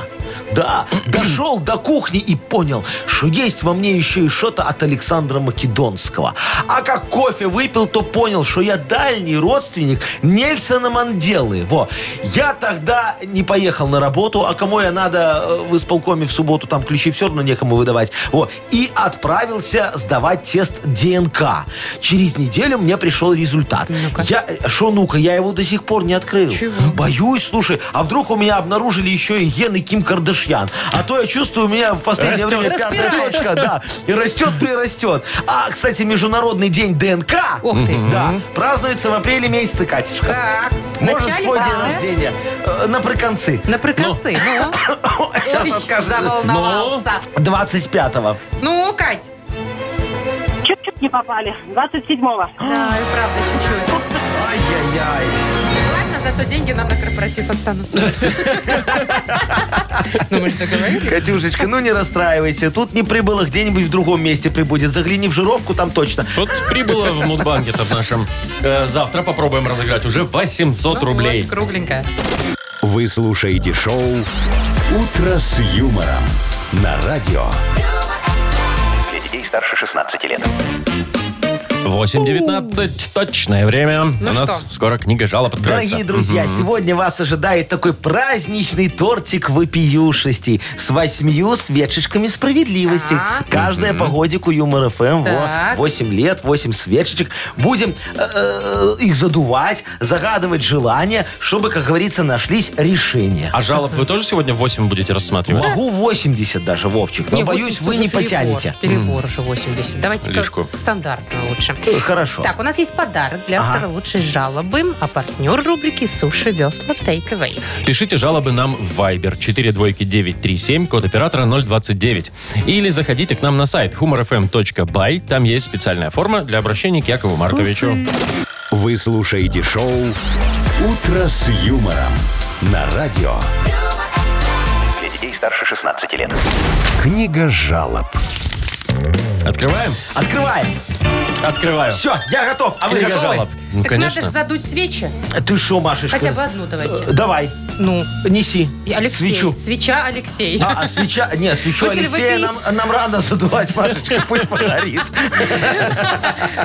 Speaker 4: Да, дошел до кухни и понял, что есть во мне еще и что-то от Александра Македонского. А как кофе выпил, то понял, что я дальний родственник Нельсона Манделы. Во. Я тогда не поехал на работу, а кому я надо э, в исполкоме в субботу, там ключи все равно некому выдавать. Во. И отправился сдавать тест ДНК. Через неделю мне пришел результат.
Speaker 3: Ну-ка.
Speaker 4: Я, что ну-ка, я его до сих пор не открыл.
Speaker 3: Чего?
Speaker 4: Боюсь, слушай, а вдруг у меня обнаружили еще и гены Ким Кардашьян. А то я чувствую, у меня в последнее
Speaker 2: Растет.
Speaker 4: время пятая
Speaker 3: Распирает.
Speaker 4: точка, да, и растет, прирастет. А, кстати, Международный день ДНК,
Speaker 3: Ух ты.
Speaker 4: да, празднуется в апреле месяце, Катечка.
Speaker 3: Так, в
Speaker 4: Может,
Speaker 3: начале
Speaker 4: твой день
Speaker 3: конце?
Speaker 4: рождения э, напрыконцы.
Speaker 3: Напрыконцы. Ну,
Speaker 4: [LAUGHS] Сейчас
Speaker 3: Ой,
Speaker 4: откажется.
Speaker 3: Заволновался.
Speaker 4: 25-го.
Speaker 3: Ну, Кать.
Speaker 9: Чуть-чуть не попали. 27-го.
Speaker 3: Да, и правда, чуть-чуть.
Speaker 4: Ай-яй-яй.
Speaker 3: Ладно, зато деньги нам на корпоратив останутся. Ну, мы что, говорили?
Speaker 4: Катюшечка, ну не расстраивайся. Тут не прибыло, где-нибудь в другом месте прибудет. Загляни в жировку, там точно.
Speaker 2: Вот прибыло в Мудбанке-то в нашем. Э, Завтра попробуем разыграть уже 800
Speaker 3: Ну,
Speaker 2: рублей.
Speaker 3: вот, Кругленькая.
Speaker 1: Вы слушаете шоу «Утро с юмором» на радио.
Speaker 5: Для детей старше 16 лет.
Speaker 2: 8.19 точное время.
Speaker 3: Ну
Speaker 2: У нас
Speaker 3: что?
Speaker 2: скоро книга жалоб откроется.
Speaker 4: Дорогие друзья, сегодня вас ожидает такой праздничный тортик вопиюшестей с восьмью свечечками справедливости.
Speaker 3: Так.
Speaker 4: Каждая по годику Юмор ФМ.
Speaker 3: А. Так.
Speaker 4: 8 лет, 8 свечечек. Будем э, э, их задувать, загадывать желания, чтобы, как говорится, нашлись решения.
Speaker 2: А жалоб вы тоже сегодня 8 будете рассматривать?
Speaker 4: Могу 80 даже, Вовчик, но
Speaker 3: Не,
Speaker 4: Ну,
Speaker 3: 80
Speaker 4: боюсь, вы
Speaker 3: уже
Speaker 4: не
Speaker 3: перебор.
Speaker 4: потянете.
Speaker 3: Перебор уже 80. Давайте
Speaker 2: Лишку.
Speaker 3: как стандартно лучше.
Speaker 4: Э, Хорошо.
Speaker 3: Так, у нас есть подарок для автора лучшей жалобы, а партнер рубрики «Суши весла Take Away».
Speaker 2: Пишите жалобы нам в Viber 42937, код оператора 029. Или заходите к нам на сайт humorfm.by. Там есть специальная форма для обращения к Якову Марковичу.
Speaker 1: Вы слушаете шоу «Утро с юмором» на радио.
Speaker 5: Для детей старше 16 лет.
Speaker 1: Книга жалоб.
Speaker 2: Открываем?
Speaker 4: Открываем.
Speaker 2: Открываю.
Speaker 4: Все, я готов. А вы
Speaker 2: Книга
Speaker 4: готовы?
Speaker 2: жалоб. Ну,
Speaker 3: так
Speaker 2: конечно.
Speaker 3: надо же задуть свечи.
Speaker 4: Ты что, Машечка?
Speaker 3: Хотя бы одну
Speaker 4: Э,
Speaker 3: давайте.
Speaker 4: Давай,
Speaker 3: Ну,
Speaker 4: неси
Speaker 3: и Алексей.
Speaker 4: свечу.
Speaker 3: Свеча Алексей.
Speaker 4: А, а свеча... Не, свечу
Speaker 3: Пусть
Speaker 4: Алексея
Speaker 3: переводи.
Speaker 4: нам, нам рано задувать, Машечка, пусть погорит.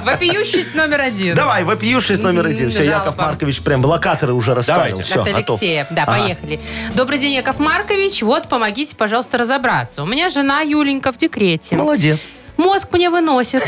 Speaker 3: Вопиющесть номер один.
Speaker 4: Давай, вопиюшись номер один. Все,
Speaker 3: Жалоба.
Speaker 4: Яков Маркович прям локаторы уже расставил.
Speaker 2: Давайте.
Speaker 4: Все,
Speaker 3: От
Speaker 4: готов.
Speaker 3: Алексея. Да,
Speaker 4: Ага.
Speaker 3: поехали. Добрый день, Яков Маркович. Вот, помогите, пожалуйста, разобраться. У меня жена Юленька в декрете.
Speaker 4: Молодец.
Speaker 3: Мозг мне
Speaker 4: [LAUGHS]
Speaker 3: выносит,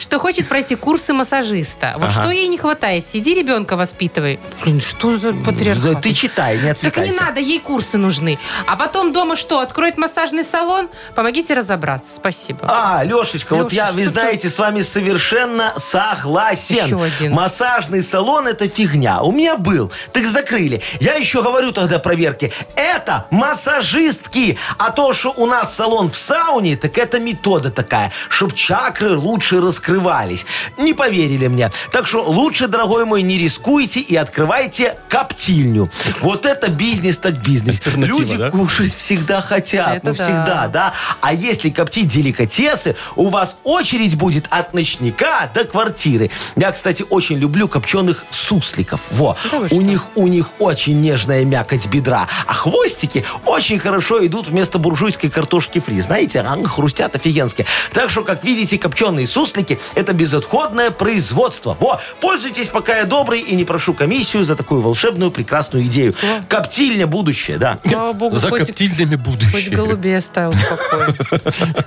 Speaker 3: что хочет пройти курсы массажиста. Вот что ей не хватает? Сиди, ребенка воспитывай. Блин, что за
Speaker 4: Да
Speaker 3: патриархат?
Speaker 4: Ты читай, не
Speaker 3: Так не
Speaker 4: отвлекайся.
Speaker 3: надо, ей курсы нужны. А потом дома что, откроет массажный салон? Помогите разобраться. Спасибо.
Speaker 4: А, Лешечка, вот
Speaker 3: Леша,
Speaker 4: я, вы
Speaker 3: что
Speaker 4: знаете, с вами совершенно согласен.
Speaker 3: Еще один.
Speaker 4: Массажный салон – это фигня. У меня был, так закрыли. Я еще говорю тогда проверки. Это массажистки. А то, что у нас салон в сауне, так это метода такая, чтобы чакры лучше раскрывались. Не поверили мне. Так что лучше, дорогой мой, не рискуйте и открывайте коптильню. Вот это бизнес так бизнес.
Speaker 2: Альтернатива,
Speaker 4: Люди
Speaker 2: да?
Speaker 4: кушать всегда хотят.
Speaker 3: Это
Speaker 4: ну,
Speaker 3: да.
Speaker 4: всегда, да? А если коптить деликатесы, у вас очередь будет от ночника до квартиры. Я, кстати, очень люблю копченых сусликов. Во.
Speaker 3: Да вы что?
Speaker 4: У них, у них очень нежная мякоть бедра, а хвостики очень хорошо идут вместо буржуйской картошки фри. Знаете, а, хрустят офигенски. Так что, как видите, копченые суслики – это безотходное производство. Во, пользуйтесь, пока я добрый и не прошу комиссию за такую волшебную прекрасную идею. Коптильня будущее, да.
Speaker 3: Слава богу,
Speaker 2: За
Speaker 3: хоть-
Speaker 2: коптильнями
Speaker 3: Хоть
Speaker 2: будущее.
Speaker 3: голубей оставил спокойно.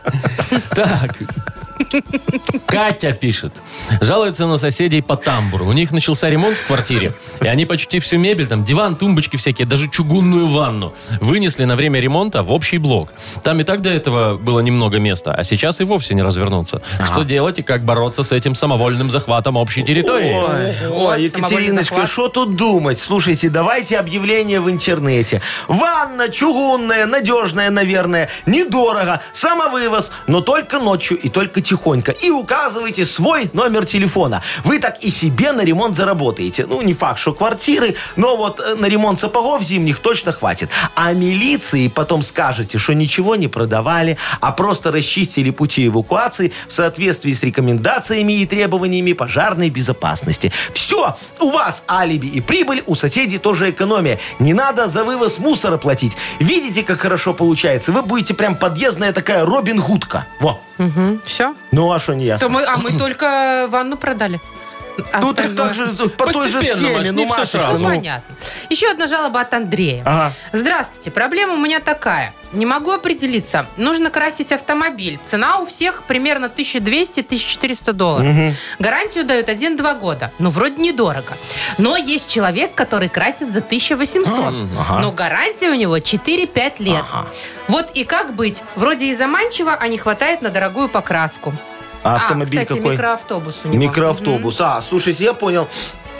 Speaker 4: [LAUGHS]
Speaker 2: Так. Катя пишет. Жалуется на соседей по тамбуру. У них начался ремонт в квартире. И они почти всю мебель, там диван, тумбочки всякие, даже чугунную ванну вынесли на время ремонта в общий блок. Там и так до этого было немного места, а сейчас и вовсе не развернуться. Что делать и как бороться с этим самовольным захватом общей территории?
Speaker 4: Ой,
Speaker 3: Ого,
Speaker 4: ой,
Speaker 3: самовольный
Speaker 4: Екатериночка,
Speaker 3: захват.
Speaker 4: что тут думать? Слушайте, давайте объявление в интернете. Ванна чугунная, надежная, наверное, недорого, самовывоз, но только ночью и только тихонько. И указывайте свой номер телефона. Вы так и себе на ремонт заработаете. Ну, не факт, что квартиры, но вот э, на ремонт сапогов зимних точно хватит. А милиции потом скажете, что ничего не продавали, а просто расчистили пути эвакуации в соответствии с рекомендациями и требованиями пожарной безопасности. Все, у вас алиби и прибыль, у соседей тоже экономия. Не надо за вывоз мусора платить. Видите, как хорошо получается? Вы будете прям подъездная такая Робин Гудка. Во.
Speaker 3: Все?
Speaker 4: Ну а что не ясно?
Speaker 3: То мы- а мы только ванну продали. А
Speaker 4: Тут их
Speaker 3: остальное-
Speaker 4: так же, по той же
Speaker 2: Постепенно, Маш,
Speaker 4: схеме.
Speaker 2: не
Speaker 4: Ну,
Speaker 2: всё
Speaker 4: Машечка,
Speaker 2: сразу.
Speaker 3: Ну,
Speaker 4: ну. А.
Speaker 3: понятно. Еще одна жалоба от Андрея.
Speaker 4: Ага.
Speaker 3: Здравствуйте, проблема у меня такая. Не могу определиться. Нужно красить автомобиль. Цена у всех примерно 1200-1400 долларов. Гарантию дают 1-2 года. Ну, вроде недорого. Но есть человек, который красит за 1800.
Speaker 4: А, ну,
Speaker 3: Но гарантия у него 4-5 лет. Вот и как быть? Вроде и заманчиво, а не хватает на дорогую покраску.
Speaker 4: А автомобиль
Speaker 3: а, кстати,
Speaker 4: какой?
Speaker 3: микроавтобус у него.
Speaker 4: Микроавтобус. А, слушайте, я понял.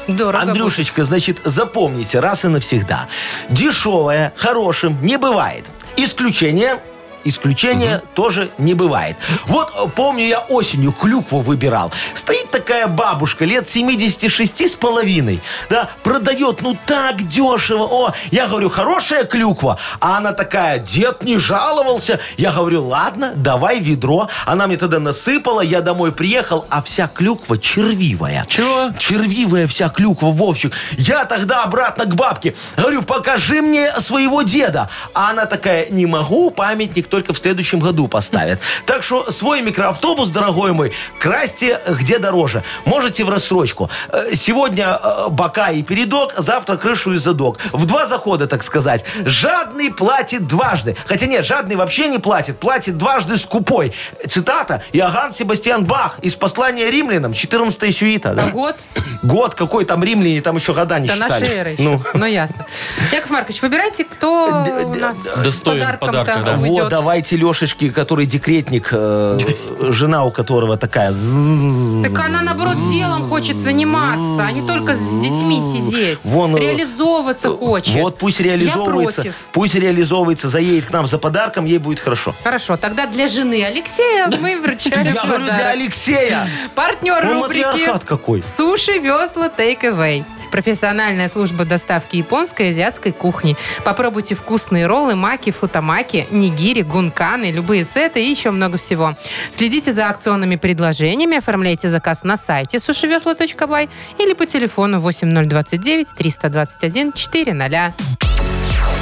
Speaker 3: Мгм. Дорого. будет.
Speaker 4: Андрюшечка, значит, запомните раз и навсегда. Дешевое хорошим не бывает. Исключение Исключения тоже не бывает. Вот э, помню, я осенью клюкву выбирал. Стоит такая бабушка лет 76 с половиной, да, продает, ну так дешево. О, я говорю, хорошая клюква. А она такая, дед не жаловался. Я говорю, ладно, давай ведро. Она мне тогда насыпала, я домой приехал, а вся клюква червивая.
Speaker 2: Чего?
Speaker 4: Червивая вся клюква, Вовчик. Я тогда обратно к бабке. Говорю, покажи мне своего деда. А она такая, не могу, памятник только в следующем году поставят. Так что свой микроавтобус, дорогой мой, красьте где дороже. Можете в рассрочку. Э, Сегодня э, бока и передок, завтра крышу и задок. В два захода, так сказать. Жадный платит дважды. Хотя нет, жадный вообще не платит. Платит дважды скупой. Цитата Иоганн Себастьян Бах из послания римлянам, 14 сюита. да.
Speaker 3: Год.
Speaker 4: Год какой там римляне, там еще года не
Speaker 3: До
Speaker 4: считали.
Speaker 3: нашей эры. еще.
Speaker 4: Ну.
Speaker 3: Ну. ясно. Яков Маркович, выбирайте, кто
Speaker 4: Д-
Speaker 3: у
Speaker 4: д-
Speaker 3: нас с
Speaker 2: Достоин
Speaker 3: подарком-то
Speaker 2: подарка, да.
Speaker 3: уйдет.
Speaker 4: Вот, давайте Лешечке, который декретник, э,
Speaker 3: [LAUGHS]
Speaker 4: жена у которого такая... зззз.
Speaker 3: Так она, наоборот, делом хочет заниматься, а не только с детьми сидеть.
Speaker 4: Вон, э,
Speaker 3: Реализовываться хочет.
Speaker 4: Вот пусть реализовывается.
Speaker 3: Я против.
Speaker 4: Пусть реализовывается, заедет к нам за подарком, ей будет хорошо.
Speaker 3: Хорошо, тогда для жены Алексея
Speaker 4: [LAUGHS]
Speaker 3: мы вручаем
Speaker 4: Я говорю для
Speaker 3: подарок. [LAUGHS]
Speaker 4: Алексея.
Speaker 3: Партнер
Speaker 4: Ну,
Speaker 3: рубрики
Speaker 4: матриархат какой.
Speaker 3: Суши, весла, take-away. Профессиональная служба доставки японской и азиатской кухни. Попробуйте вкусные роллы, маки, футамаки, нигири, гунканы, любые сеты и еще много всего. Следите за акционными предложениями, оформляйте заказ на сайте сушивесла.бай или по телефону 8029 321 400.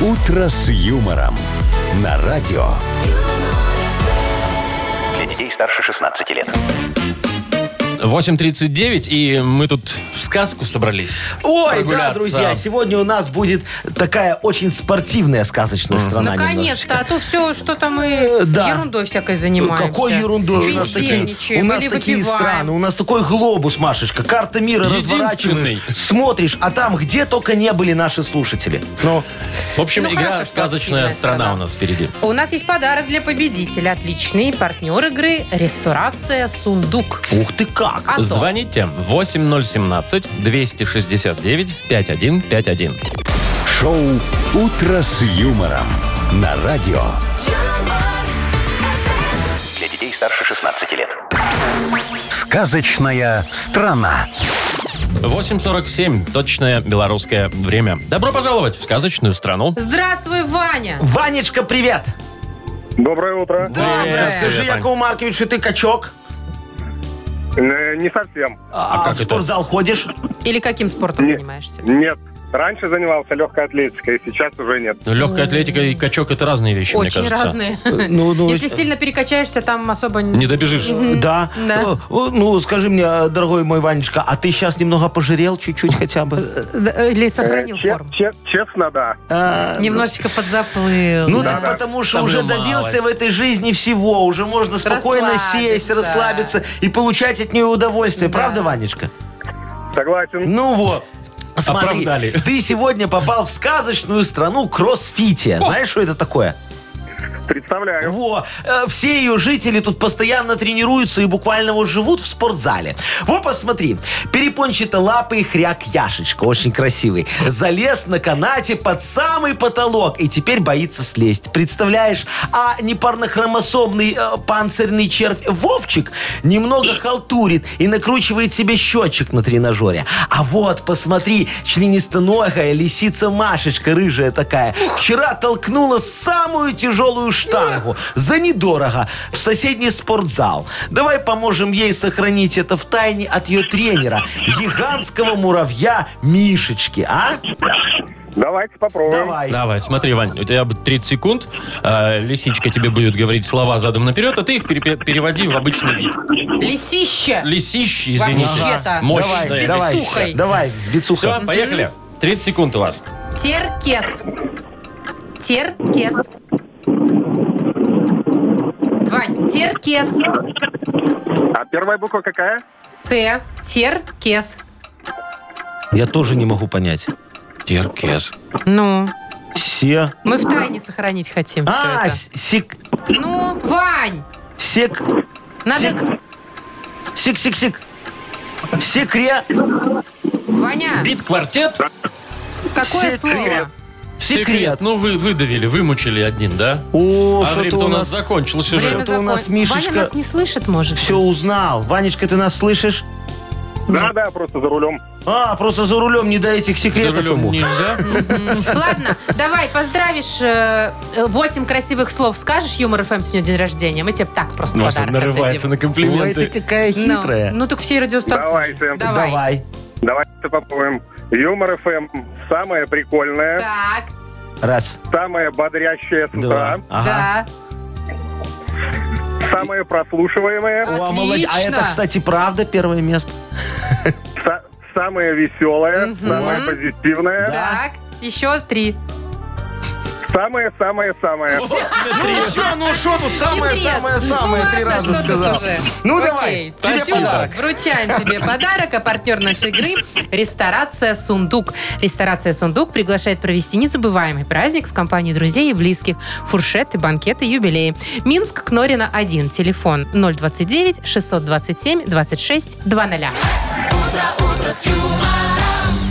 Speaker 1: «Утро с юмором» на радио.
Speaker 5: Для детей старше 16 лет.
Speaker 2: 8.39, и мы тут в сказку собрались.
Speaker 4: Ой, да,
Speaker 2: прогуляться.
Speaker 4: друзья, сегодня у нас будет такая очень спорти,вная сказочная страна.
Speaker 3: Ну, конечно, а то все, что там и
Speaker 4: Да.
Speaker 3: ерундой всякой
Speaker 4: немножко.
Speaker 3: занимаемся.
Speaker 4: Э, Какой ерундой? У нас такие,
Speaker 3: Бездельничаем
Speaker 4: у нас
Speaker 3: или
Speaker 4: такие
Speaker 3: выпиваем.
Speaker 4: страны, у нас такой глобус, Машечка. Карта мира
Speaker 2: Единственный.
Speaker 4: разворачиваешь, смотришь, а там где только не были наши слушатели. Ну,
Speaker 2: В общем,
Speaker 3: Ну,
Speaker 2: игра
Speaker 3: хорошо, что
Speaker 2: «Сказочная
Speaker 3: активная
Speaker 2: страна»
Speaker 3: страна.
Speaker 2: у нас впереди.
Speaker 3: У нас есть подарок для победителя. Отличный партнер игры «Ресторация Сундук».
Speaker 4: ух ты как.
Speaker 3: А то.
Speaker 2: Звоните 8017-269-5151.
Speaker 1: Шоу «Утро с юмором» на радио.
Speaker 7: юмор,
Speaker 5: Для детей старше 16 лет.
Speaker 1: Сказочная страна.
Speaker 2: 8.47, точное белорусское время. Добро пожаловать в «Сказочную страну».
Speaker 3: Здравствуй, Ваня!
Speaker 4: Ванечка, привет.
Speaker 8: Доброе утро.
Speaker 3: Э.
Speaker 2: Привет,
Speaker 4: Скажи,
Speaker 2: привет, Вань.
Speaker 4: Якову Марковичу, ты качок?
Speaker 8: Э, Не совсем.
Speaker 4: А,
Speaker 2: как
Speaker 4: в
Speaker 2: это?
Speaker 4: спортзал ходишь?
Speaker 3: Или каким спортом
Speaker 8: Не-
Speaker 3: занимаешься?
Speaker 8: Нет. Раньше занимался легкой атлетикой, а сейчас уже нет.
Speaker 2: Легкая атлетика и качок – это разные вещи, мне
Speaker 3: Очень
Speaker 2: кажется.
Speaker 3: разные.
Speaker 4: Ну, ну,
Speaker 3: Если сильно перекачаешься, там особо...
Speaker 2: Не добежишь.
Speaker 4: Да.
Speaker 3: Да.
Speaker 4: Э, Ну, скажи мне, дорогой мой Ванечка, а ты сейчас немного пожирел чуть-чуть хотя бы?
Speaker 3: Э, Или сохранил
Speaker 8: Э, че-
Speaker 3: форму.
Speaker 8: че- честно, да.
Speaker 4: А,
Speaker 3: Немножечко подзаплыл.
Speaker 4: Ну,
Speaker 3: да.
Speaker 4: так потому что
Speaker 2: Самую
Speaker 4: уже добился
Speaker 2: малость.
Speaker 4: в этой жизни всего. Уже можно спокойно сесть,
Speaker 3: Расслабиться.
Speaker 4: расслабиться и получать от нее удовольствие.
Speaker 3: Да.
Speaker 4: Правда, Ванечка?
Speaker 8: Согласен.
Speaker 4: Ну вот. Смотри,
Speaker 2: Оправдали.
Speaker 4: ты сегодня попал в сказочную страну кроссфития. Знаешь, что это такое?
Speaker 8: Представляю.
Speaker 4: Во, Э, все ее жители тут постоянно тренируются и буквально вот живут в спортзале. Во, посмотри, перепончатолапый хряк Яшечка, очень красивый, залез на канате под самый потолок и теперь боится слезть. Представляешь? А непарнохромосомный э, панцирный червь Вовчик немного халтурит и накручивает себе счетчик на тренажере. А вот, посмотри, членистоногая лисица Машечка, рыжая такая, вчера толкнула самую тяжелую штангу за недорого в соседний спортзал. Давай поможем ей сохранить это в тайне от ее тренера, гигантского муравья Мишечки, а?
Speaker 8: Давайте попробуем.
Speaker 4: Давай.
Speaker 2: Давай, смотри, Вань, у тебя будет 30 секунд. а, лисичка тебе будет говорить слова задом наперед, а ты их перепе- переводи в обычный вид.
Speaker 3: Лисище!
Speaker 2: Лисище, извините.
Speaker 3: Вообще-то.
Speaker 2: Мощная.
Speaker 4: Давай, давай,
Speaker 3: Бицухой.
Speaker 4: давай,
Speaker 2: Все,
Speaker 4: бицуха.
Speaker 2: поехали. 30 секунд у вас.
Speaker 3: Теркес. Теркес. Вань, теркес.
Speaker 8: А первая буква какая?
Speaker 3: Т. Теркес.
Speaker 4: Я тоже не могу понять.
Speaker 2: Теркес.
Speaker 3: Ну,
Speaker 4: Се...
Speaker 3: мы в тайне сохранить хотим все
Speaker 4: А,
Speaker 3: это.
Speaker 4: с- сик...
Speaker 3: Ну, Вань,
Speaker 4: Сек...
Speaker 3: надо...
Speaker 4: Сик-сик-сик. Секре...
Speaker 3: Ваня,
Speaker 2: Бит-квартет.
Speaker 3: какое
Speaker 4: секрет.
Speaker 3: слово?
Speaker 4: Секрет.
Speaker 2: Ну, вы выдавили, вымучили один, да?
Speaker 4: О,
Speaker 2: а
Speaker 4: что-то
Speaker 2: время-то
Speaker 4: у нас...
Speaker 2: закончилось уже.
Speaker 4: Время- Что-то у нас
Speaker 3: закон-
Speaker 4: Мишечка-
Speaker 3: Ваня нас не слышит, может?
Speaker 4: Все узнал. Ванечка, ты нас слышишь?
Speaker 8: Да, да, просто за рулем.
Speaker 4: А, просто за рулем не до этих
Speaker 2: За
Speaker 4: секретов
Speaker 2: рулем
Speaker 4: ему.
Speaker 2: нельзя.
Speaker 3: М, Ладно, давай, поздравишь. э, э, Восемь красивых слов скажешь Юмор ФМ сегодня день рождения. Мы тебе так
Speaker 4: Ну,
Speaker 3: просто
Speaker 2: Маша
Speaker 3: Ну, подарок
Speaker 2: нарывается на
Speaker 3: отдадим.
Speaker 4: Ой, ты
Speaker 2: комплименты.
Speaker 4: какая
Speaker 3: Ну,
Speaker 4: хитрая.
Speaker 3: Ну, так всей радиостанции.
Speaker 8: Давайте.
Speaker 3: Давай.
Speaker 4: Давай.
Speaker 8: Давайте попробуем. Юмор эм ФМ. Самое прикольное,
Speaker 3: Так,
Speaker 4: Раз,
Speaker 8: самое бодрящее с
Speaker 4: два.
Speaker 8: утра,
Speaker 4: Ага.
Speaker 8: самое прослушиваемое,
Speaker 3: Да.
Speaker 4: О, молодец. А это,
Speaker 3: Отлично.
Speaker 4: кстати, правда первое место.
Speaker 8: са- самое веселое,
Speaker 3: Мгм.
Speaker 8: самое
Speaker 3: да,
Speaker 8: позитивное,
Speaker 3: так. Еще три.
Speaker 8: самое-самое-самое.
Speaker 4: Ну все, ну что тут
Speaker 3: Хитрец. Ну ладно, что тут уже.
Speaker 4: Ну
Speaker 3: Окей.
Speaker 4: давай, тебе
Speaker 2: Спасибо.
Speaker 4: подарок.
Speaker 3: Вручаем тебе подарок, а партнер нашей игры – ресторация «Сундук». Ресторация «Сундук» приглашает провести незабываемый праздник в компании друзей и близких. Фуршеты, банкеты, юбилеи. Минск, Кнорина, 1. Телефон 029-627-26-00.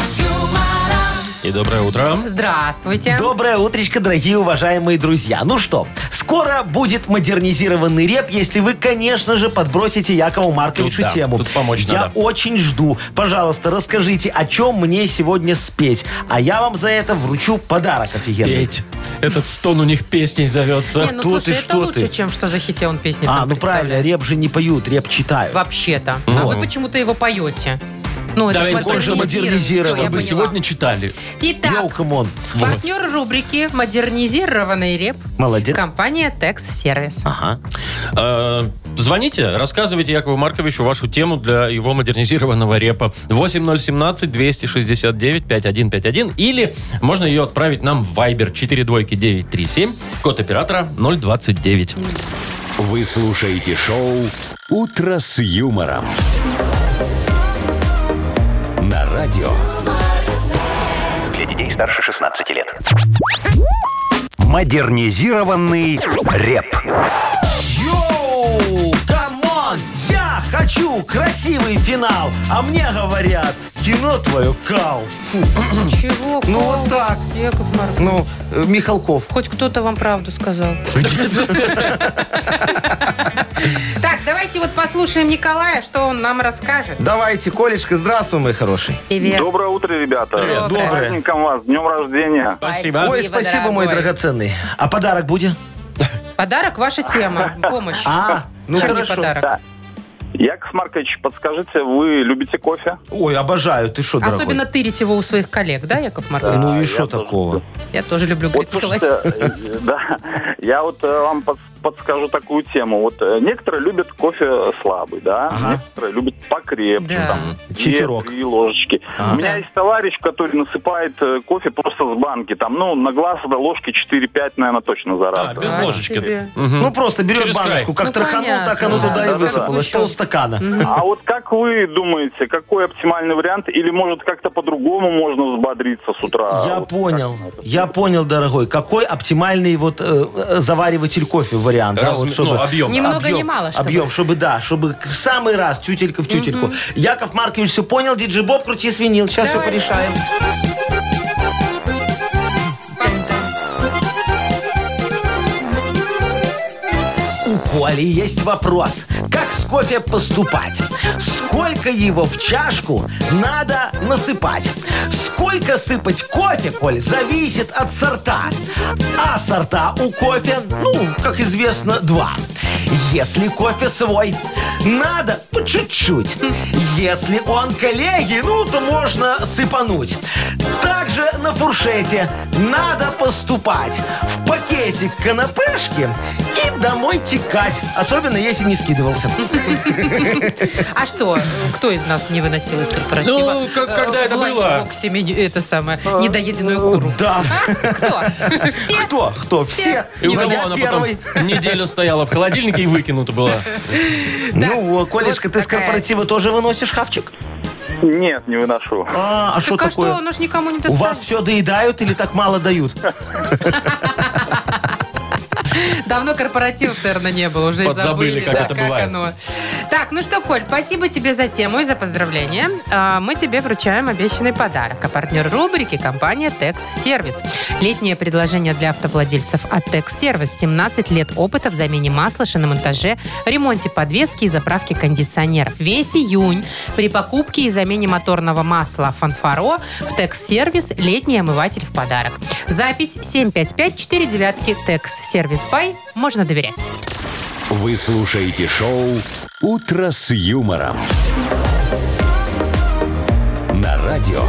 Speaker 7: с юмором,
Speaker 2: И Ленский, доброе утро.
Speaker 3: Здравствуйте.
Speaker 4: Доброе утречко, дорогие уважаемые друзья. Ну что, скоро будет модернизированный реп, если вы, конечно же, подбросите Якову Марковичу
Speaker 2: Тут да,
Speaker 4: тему.
Speaker 2: тут помочь
Speaker 4: Я
Speaker 2: надо.
Speaker 4: очень жду. Пожалуйста, расскажите, о чем мне сегодня спеть. А я вам за это вручу подарок офигенный. А,
Speaker 2: Петь. Этот стон у них песней зовется.
Speaker 3: Не, ну
Speaker 4: кто
Speaker 3: слушай,
Speaker 4: ты,
Speaker 3: это
Speaker 4: что
Speaker 3: лучше,
Speaker 4: ты?
Speaker 3: чем что за хите он песни
Speaker 4: А,
Speaker 3: там
Speaker 4: ну правильно,
Speaker 3: представляет.
Speaker 4: реп же не поют, реп читают.
Speaker 3: Вообще-то. А
Speaker 2: Ну.
Speaker 3: вы почему-то его поете. Ну, это
Speaker 2: Да,
Speaker 3: ж
Speaker 2: ведь он же
Speaker 4: модернизирован.
Speaker 3: Всё, я
Speaker 2: Чтобы
Speaker 3: поняла.
Speaker 2: сегодня читали.
Speaker 4: Йоу,
Speaker 3: Итак,
Speaker 4: камон.
Speaker 3: партнер рубрики «Модернизированный реп»
Speaker 4: Молодец.
Speaker 3: компания «Текс Сервис».
Speaker 4: Ага.
Speaker 2: Э, Звоните, рассказывайте Якову Марковичу вашу тему для его модернизированного репа. 8017-269-5151 или можно ее отправить нам в Viber 42937, код оператора 029.
Speaker 1: Вы слушаете шоу «Утро с юмором». На радио
Speaker 5: Для детей старше 16 лет.
Speaker 1: «Модернизированный реп».
Speaker 4: Йоу, камон, я хочу красивый финал, а мне говорят, кино твое кал. Фу.
Speaker 3: Чего?
Speaker 4: Ну вот так.
Speaker 3: Яков Маркович,
Speaker 4: Ну, э, Михалков.
Speaker 3: хоть кто-то вам правду сказал. Так, давайте вот послушаем Николая, что он нам расскажет.
Speaker 4: Давайте, Колечка, здравствуй, мой хороший.
Speaker 3: Привет.
Speaker 8: Доброе утро, ребята.
Speaker 6: Э.
Speaker 2: Привет.
Speaker 4: Доброе.
Speaker 8: С праздником вас, с днем рождения.
Speaker 2: Спасибо.
Speaker 4: Ой, спасибо, мой драгоценный. А подарок будет?
Speaker 3: Подарок – ваша тема. Помощь.
Speaker 4: А, ну
Speaker 3: Чем не
Speaker 4: хорошо.
Speaker 3: подарок?
Speaker 8: Да. Яков Маркович, подскажите, вы любите
Speaker 6: [LAUGHS]
Speaker 8: кофе?
Speaker 4: Ой, обожаю, ты что, дорогой?
Speaker 3: Особенно тырить его у своих коллег, да, Яков Маркович?
Speaker 4: Ну и
Speaker 8: я
Speaker 4: что
Speaker 8: тоже
Speaker 4: такого?
Speaker 3: Я тоже люблю,
Speaker 8: Вот,
Speaker 3: говорит Николай.
Speaker 8: слушайте, э, да, я вот э, вам под- подскажу такую тему. Вот э, некоторые любят кофе слабый, да,
Speaker 4: Ага.
Speaker 8: некоторые любят покрепче,
Speaker 3: Да.
Speaker 8: там,
Speaker 4: Чифирок.
Speaker 8: две-три ложечки.
Speaker 4: Ага.
Speaker 8: У меня
Speaker 3: Да.
Speaker 8: есть товарищ, который насыпает э, кофе просто с банки, там, ну, на глаз до ложки 4-5, наверное, точно за раз.
Speaker 2: А, без
Speaker 3: Так
Speaker 2: ложечки.
Speaker 3: себе.
Speaker 2: Мгм.
Speaker 4: Ну просто берет
Speaker 2: Через
Speaker 4: баночку, как
Speaker 3: Ну,
Speaker 4: траханул, так оно
Speaker 3: понятно.
Speaker 4: туда и
Speaker 8: Да-да-да.
Speaker 4: высыпалось.
Speaker 3: Как
Speaker 4: Полстакана.
Speaker 8: А вот как вы думаете, какой оптимальный вариант? Или, может, как-то по-другому можно взбодриться с утра?
Speaker 4: Я
Speaker 8: Вот как
Speaker 4: понял,
Speaker 8: на это?
Speaker 4: я понял, дорогой. Какой оптимальный вот э, э, завариватель кофе вариант? да,
Speaker 2: Раз-
Speaker 4: вот
Speaker 2: ну,
Speaker 4: чтобы-
Speaker 2: объем.
Speaker 3: Не- Ни много, ни мало, чтобы.
Speaker 4: Объем, чтобы, да, чтобы в самый раз, тютелька в тютельку. Яков Маркович все понял, диджей Боб, крути свинил. Сейчас все
Speaker 3: Давай.
Speaker 4: порешаем. У Коли есть вопрос, как с кофе поступать? Сколько его в чашку надо насыпать? Сколько сыпать кофе, Коль, зависит от сорта. А сорта у кофе, ну, как известно, два. Если кофе свой, надо по чуть-чуть. Если он коллеги, ну, то можно сыпануть. Также на фуршете надо поступать. В пакетик канапешки и домой текать. Особенно, если не скидывался.
Speaker 3: А что, э, кто из нас не выносил из корпоратива?
Speaker 2: Ну, как-
Speaker 3: э,
Speaker 2: когда это
Speaker 3: в
Speaker 2: было?
Speaker 3: ланчбоксе меню, это самое, недоеденную куру.
Speaker 4: Да.
Speaker 3: А? Кто? Все?
Speaker 4: А, Кто? Кто? Все.
Speaker 2: И у
Speaker 4: Но
Speaker 2: кого
Speaker 4: я
Speaker 2: она потом
Speaker 4: первый.
Speaker 2: неделю стояла в холодильнике и выкинута была.
Speaker 4: Ну, вот, Колешка,
Speaker 3: Вот
Speaker 4: ты с
Speaker 3: такая.
Speaker 4: корпоратива тоже выносишь хавчик?
Speaker 8: Нет, не выношу.
Speaker 4: А, а что
Speaker 3: Так а что,
Speaker 4: такое?
Speaker 3: оно ж никому не
Speaker 4: У
Speaker 3: досталось.
Speaker 4: вас все доедают или так мало дают?
Speaker 3: Давно корпоративов, наверное, не было. Уже и
Speaker 2: Подзабыли,
Speaker 3: забыли,
Speaker 2: как
Speaker 3: да,
Speaker 2: это бывает.
Speaker 3: оно. Так, ну что, Коль, спасибо тебе за тему и за поздравления. А, Мы тебе вручаем обещанный подарок. А партнер рубрики – компания «Текс Сервис». Летнее предложение для автовладельцев от «Текс Сервис». 17 лет опыта в замене масла, шиномонтаже, ремонте подвески и заправке кондиционеров. Весь июнь при покупке и замене моторного масла «Фанфаро» в «Текс Сервис» летний омыватель в подарок. Запись 755-49 «Текс Сервис Бай». Можно доверять.
Speaker 1: Вы слушаете шоу «Утро с юмором». На радио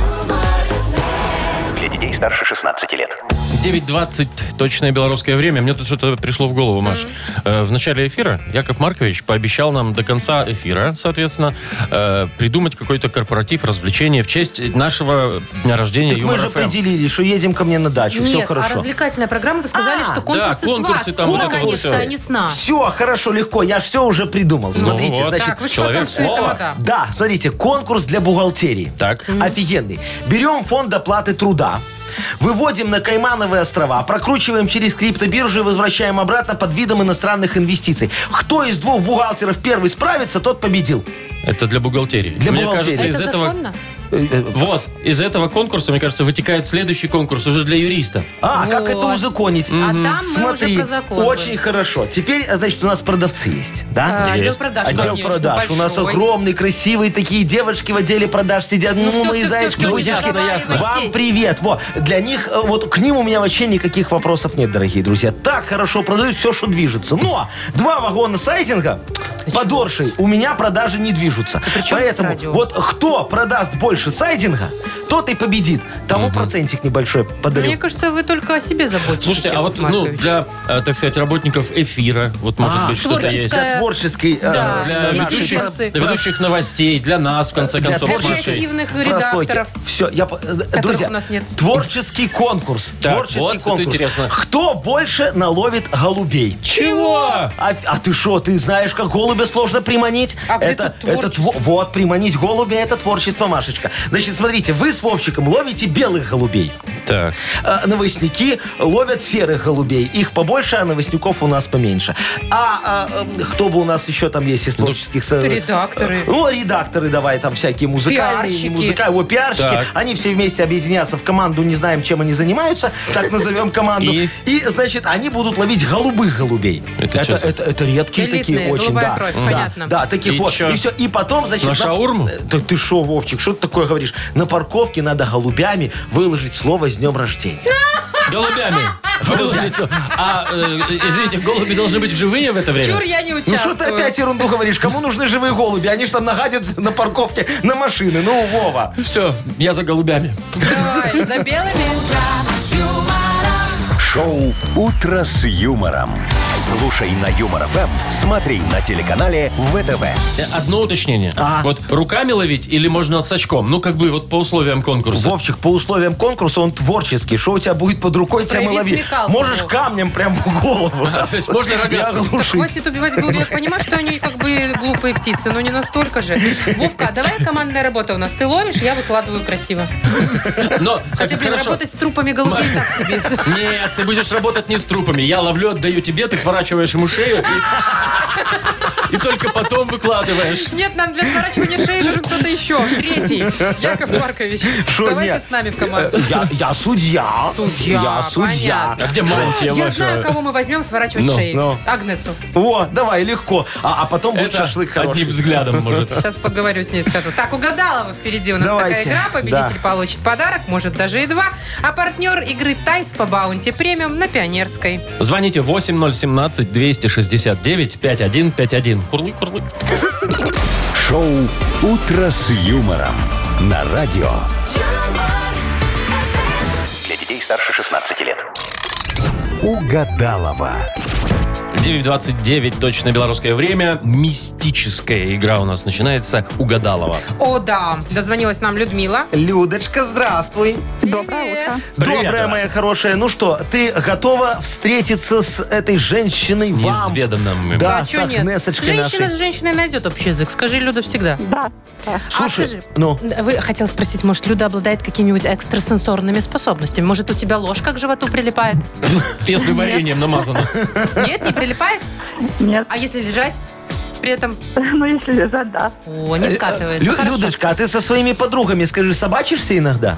Speaker 5: Для детей старше 16 лет.
Speaker 2: 9.20, точное белорусское время. Мне тут что-то пришло в голову, Маш. Э, В начале эфира Яков Маркович пообещал нам до конца эфира, соответственно, э, придумать какой-то корпоратив, развлечение в честь нашего дня рождения Эм.
Speaker 4: Так мы же
Speaker 2: «Юмор-ФМ».
Speaker 4: определились, что едем ко мне на дачу. Все
Speaker 3: Нет, а
Speaker 4: хорошо.
Speaker 3: развлекательная программа, вы сказали,
Speaker 4: А,
Speaker 3: что
Speaker 4: да,
Speaker 3: конкурсы с вас.
Speaker 2: конкурсы там вот это вот
Speaker 3: Наконец-то,
Speaker 2: всё.
Speaker 3: а не с нас.
Speaker 4: Все, хорошо, легко. Я все уже придумал. Смотрите,
Speaker 2: Ну, вот.
Speaker 4: значит,
Speaker 3: Так, вы что
Speaker 2: человек
Speaker 3: там все это
Speaker 2: слова.
Speaker 3: вода?
Speaker 4: Да, смотрите, конкурс для бухгалтерии.
Speaker 2: Так.
Speaker 4: Офигенный. Берем фонд оплаты труда. Выводим на Каймановые острова, прокручиваем через криптобиржу и возвращаем обратно под видом иностранных инвестиций. Кто из двух бухгалтеров первый справится, тот победил.
Speaker 2: Это для бухгалтерии.
Speaker 4: Для
Speaker 2: Мне
Speaker 4: бухгалтерии.
Speaker 2: кажется, из
Speaker 3: А Это
Speaker 2: этого
Speaker 3: законно?
Speaker 4: э, э,
Speaker 2: Вот, из этого конкурса, мне кажется, вытекает следующий конкурс уже для юриста.
Speaker 4: А, как
Speaker 3: Вот.
Speaker 4: это узаконить?
Speaker 3: А там мы уже
Speaker 4: Смотри,
Speaker 3: про законы.
Speaker 4: очень хорошо. Теперь, а, значит, у нас продавцы есть, да?
Speaker 3: А, Отдел
Speaker 2: Есть.
Speaker 3: продаж.
Speaker 4: Отдел
Speaker 3: конечно,
Speaker 4: продаж. У нас
Speaker 3: большой.
Speaker 4: огромный, красивые такие девочки в отделе продаж сидят. Ну,
Speaker 3: всё,
Speaker 4: мои
Speaker 3: всё, всё,
Speaker 4: зайчики,
Speaker 3: всё,
Speaker 4: бузички.
Speaker 3: договаривайтесь.
Speaker 4: Вам привет. Вот, для них, э, вот к ним у меня вообще никаких вопросов нет, дорогие друзья. Так хорошо продают все, что движется. Но два вагона сайтинга подоршей у меня продажи не движутся.
Speaker 3: причем
Speaker 4: Поэтому
Speaker 3: здесь радио?
Speaker 4: вот кто продаст больше сайтинга, тот и победит. Тому процентик небольшой подарю.
Speaker 3: Мне кажется, вы только о себе заботитесь.
Speaker 2: Слушайте, а вот,
Speaker 3: Яков
Speaker 2: ну,
Speaker 3: Маркович.
Speaker 2: для, э, так сказать, работников эфира, вот, может
Speaker 4: А,
Speaker 2: быть, что-то есть.
Speaker 3: творческая,
Speaker 4: Для творческой... э,
Speaker 3: Да.
Speaker 2: Для
Speaker 3: Наши
Speaker 2: ведущих,
Speaker 3: трансы.
Speaker 2: для ведущих новостей, для нас, в конце
Speaker 4: Для
Speaker 2: концов,
Speaker 3: Для
Speaker 4: творческих-
Speaker 2: слушай.
Speaker 3: креативных
Speaker 4: прослойки.
Speaker 3: редакторов.
Speaker 4: Все, я, по- э, друзья,
Speaker 3: у нас нет.
Speaker 4: творческий конкурс.
Speaker 2: Так,
Speaker 4: творческий
Speaker 2: вот это
Speaker 4: конкурс.
Speaker 2: интересно.
Speaker 4: Кто больше наловит голубей?
Speaker 2: Чего?
Speaker 4: А, а ты что, ты знаешь, как голубя сложно приманить?
Speaker 3: А где
Speaker 4: это,
Speaker 3: тут
Speaker 4: это
Speaker 3: творчество?
Speaker 4: тво- вот, приманить голубя, это творчество, Машечка. Значит, смотрите, вы с Вовчиком ловите белых голубей.
Speaker 2: Так.
Speaker 4: А Новостники ловят серых голубей. Их побольше, а новостников у нас поменьше. А, а, э, кто бы у нас еще там есть
Speaker 2: Ну,
Speaker 4: из творческих... со-
Speaker 3: редакторы.
Speaker 4: Ну, редакторы давай, там всякие музыкальные.
Speaker 3: Пиарщики.
Speaker 4: не музыка- о, пиарщики.
Speaker 2: Так.
Speaker 4: Они все вместе объединятся в команду, не знаем, чем они занимаются. Так назовем команду.
Speaker 2: И?
Speaker 4: И, значит, они будут ловить голубых голубей.
Speaker 2: Это
Speaker 4: это,
Speaker 2: чё за-
Speaker 4: это- это редкие
Speaker 3: Элитные,
Speaker 4: такие очень,
Speaker 3: голубая
Speaker 4: да.
Speaker 3: кровь,
Speaker 4: Да,
Speaker 3: понятно.
Speaker 4: Да, таких
Speaker 2: И
Speaker 4: вот.
Speaker 2: чё?
Speaker 4: И все. И потом, значит...
Speaker 2: На шаурму?
Speaker 4: Да Типа, э, ты шо, Вовчик, что ты такое говоришь? На парковке надо голубями выложить слово «С днем рождения».
Speaker 2: Голубями. Выложите. А, э, извините, голуби должны быть живые в это время?
Speaker 3: Чур, я не
Speaker 4: Ну
Speaker 3: участвую.
Speaker 4: что ты опять ерунду говоришь? Кому нужны живые голуби? Они же там нагадят на парковке на машины. Ну, Вова.
Speaker 2: Все, я за голубями.
Speaker 3: Давай, за белыми.
Speaker 1: Шоу «Утро с юмором». Слушай на Юмор ФМ, смотри на телеканале ВТВ.
Speaker 2: Э, Одно уточнение.
Speaker 4: А.
Speaker 2: Вот руками ловить или можно с очком? Ну, как бы вот по условиям конкурса.
Speaker 4: Вовчик, по условиям конкурса он творческий. Что у тебя будет под рукой, тем и
Speaker 3: Прояви
Speaker 4: лови.
Speaker 3: смекалку,
Speaker 4: Можешь
Speaker 3: Вов.
Speaker 4: камнем прям в [LAUGHS] голову.
Speaker 2: то есть можно рогатку.
Speaker 4: Я глушить.
Speaker 3: Хватит убивать голубей. Я понимаю, что они как бы глупые птицы, но не настолько же. Вовка, а давай командная работа у нас. Ты ловишь, я выкладываю красиво.
Speaker 2: Но,
Speaker 3: Хотя,
Speaker 2: так,
Speaker 3: блин,
Speaker 2: хорошо.
Speaker 3: работать с трупами голубей
Speaker 2: Ма-
Speaker 3: так себе.
Speaker 2: Нет, ты будешь работать не с трупами. Я ловлю, отдаю тебе, ты сворачиваешь ему шею. и- И только потом выкладываешь.
Speaker 3: Нет, нам для сворачивания шеи нужен кто-то еще. Третий. Яков Маркович,
Speaker 4: Шо,
Speaker 3: давайте
Speaker 4: нет?
Speaker 3: с нами в команду.
Speaker 4: Э, Я, я судья.
Speaker 3: Судья,
Speaker 4: Я судья.
Speaker 2: А где мантия
Speaker 3: Я
Speaker 2: ваша?
Speaker 3: знаю, кого мы возьмем сворачивать
Speaker 2: Ну,
Speaker 3: шеи.
Speaker 4: э, ну.
Speaker 3: Агнесу.
Speaker 4: О, давай, легко. А, а потом будет
Speaker 2: Это
Speaker 4: шашлык
Speaker 2: одним
Speaker 4: хороший.
Speaker 2: взглядом может.
Speaker 3: Сейчас поговорю с ней, скажу. Так, угадалова впереди у нас
Speaker 4: Давайте.
Speaker 3: такая игра. Победитель
Speaker 4: Да.
Speaker 3: получит подарок, может даже и два. А партнер игры Тайс по баунти премиум на Пионерской.
Speaker 2: Звоните 8017-269-5151. Курлы, курлы.
Speaker 1: Шоу «Утро с юмором» на радио.
Speaker 7: юмор,
Speaker 5: Для детей старше 16 лет.
Speaker 1: Угадалова.
Speaker 2: 9.29, точно белорусское время. Мистическая игра у нас начинается. Угадалова.
Speaker 3: О, да. Дозвонилась нам Людмила.
Speaker 4: Людочка, здравствуй.
Speaker 3: Привет.
Speaker 2: Привет,
Speaker 4: Добрая
Speaker 2: Дара.
Speaker 4: моя хорошая. Ну что, ты готова встретиться с этой женщиной вам?
Speaker 2: Неизведанным.
Speaker 4: Да,
Speaker 3: а
Speaker 4: с
Speaker 3: чё нет?
Speaker 4: Агнесочкой
Speaker 3: Женщина
Speaker 4: нашей.
Speaker 3: с женщиной найдет общий язык. Скажи, Люда, всегда.
Speaker 9: Да.
Speaker 4: Слушай,
Speaker 3: а скажи,
Speaker 4: ну.
Speaker 3: Вы хотела спросить, может, Люда обладает какими-нибудь экстрасенсорными способностями? Может, у тебя ложка к животу прилипает?
Speaker 2: Если вареньем намазано.
Speaker 3: Нет, не прилипает?
Speaker 9: Нет.
Speaker 3: А если лежать? При этом,
Speaker 9: [LAUGHS] Ну, если лежать, да.
Speaker 3: о, не скатывается.
Speaker 4: Э, Лю-
Speaker 3: Хорошо.
Speaker 4: Людочка, а ты со своими подругами, скажи, собачишься иногда?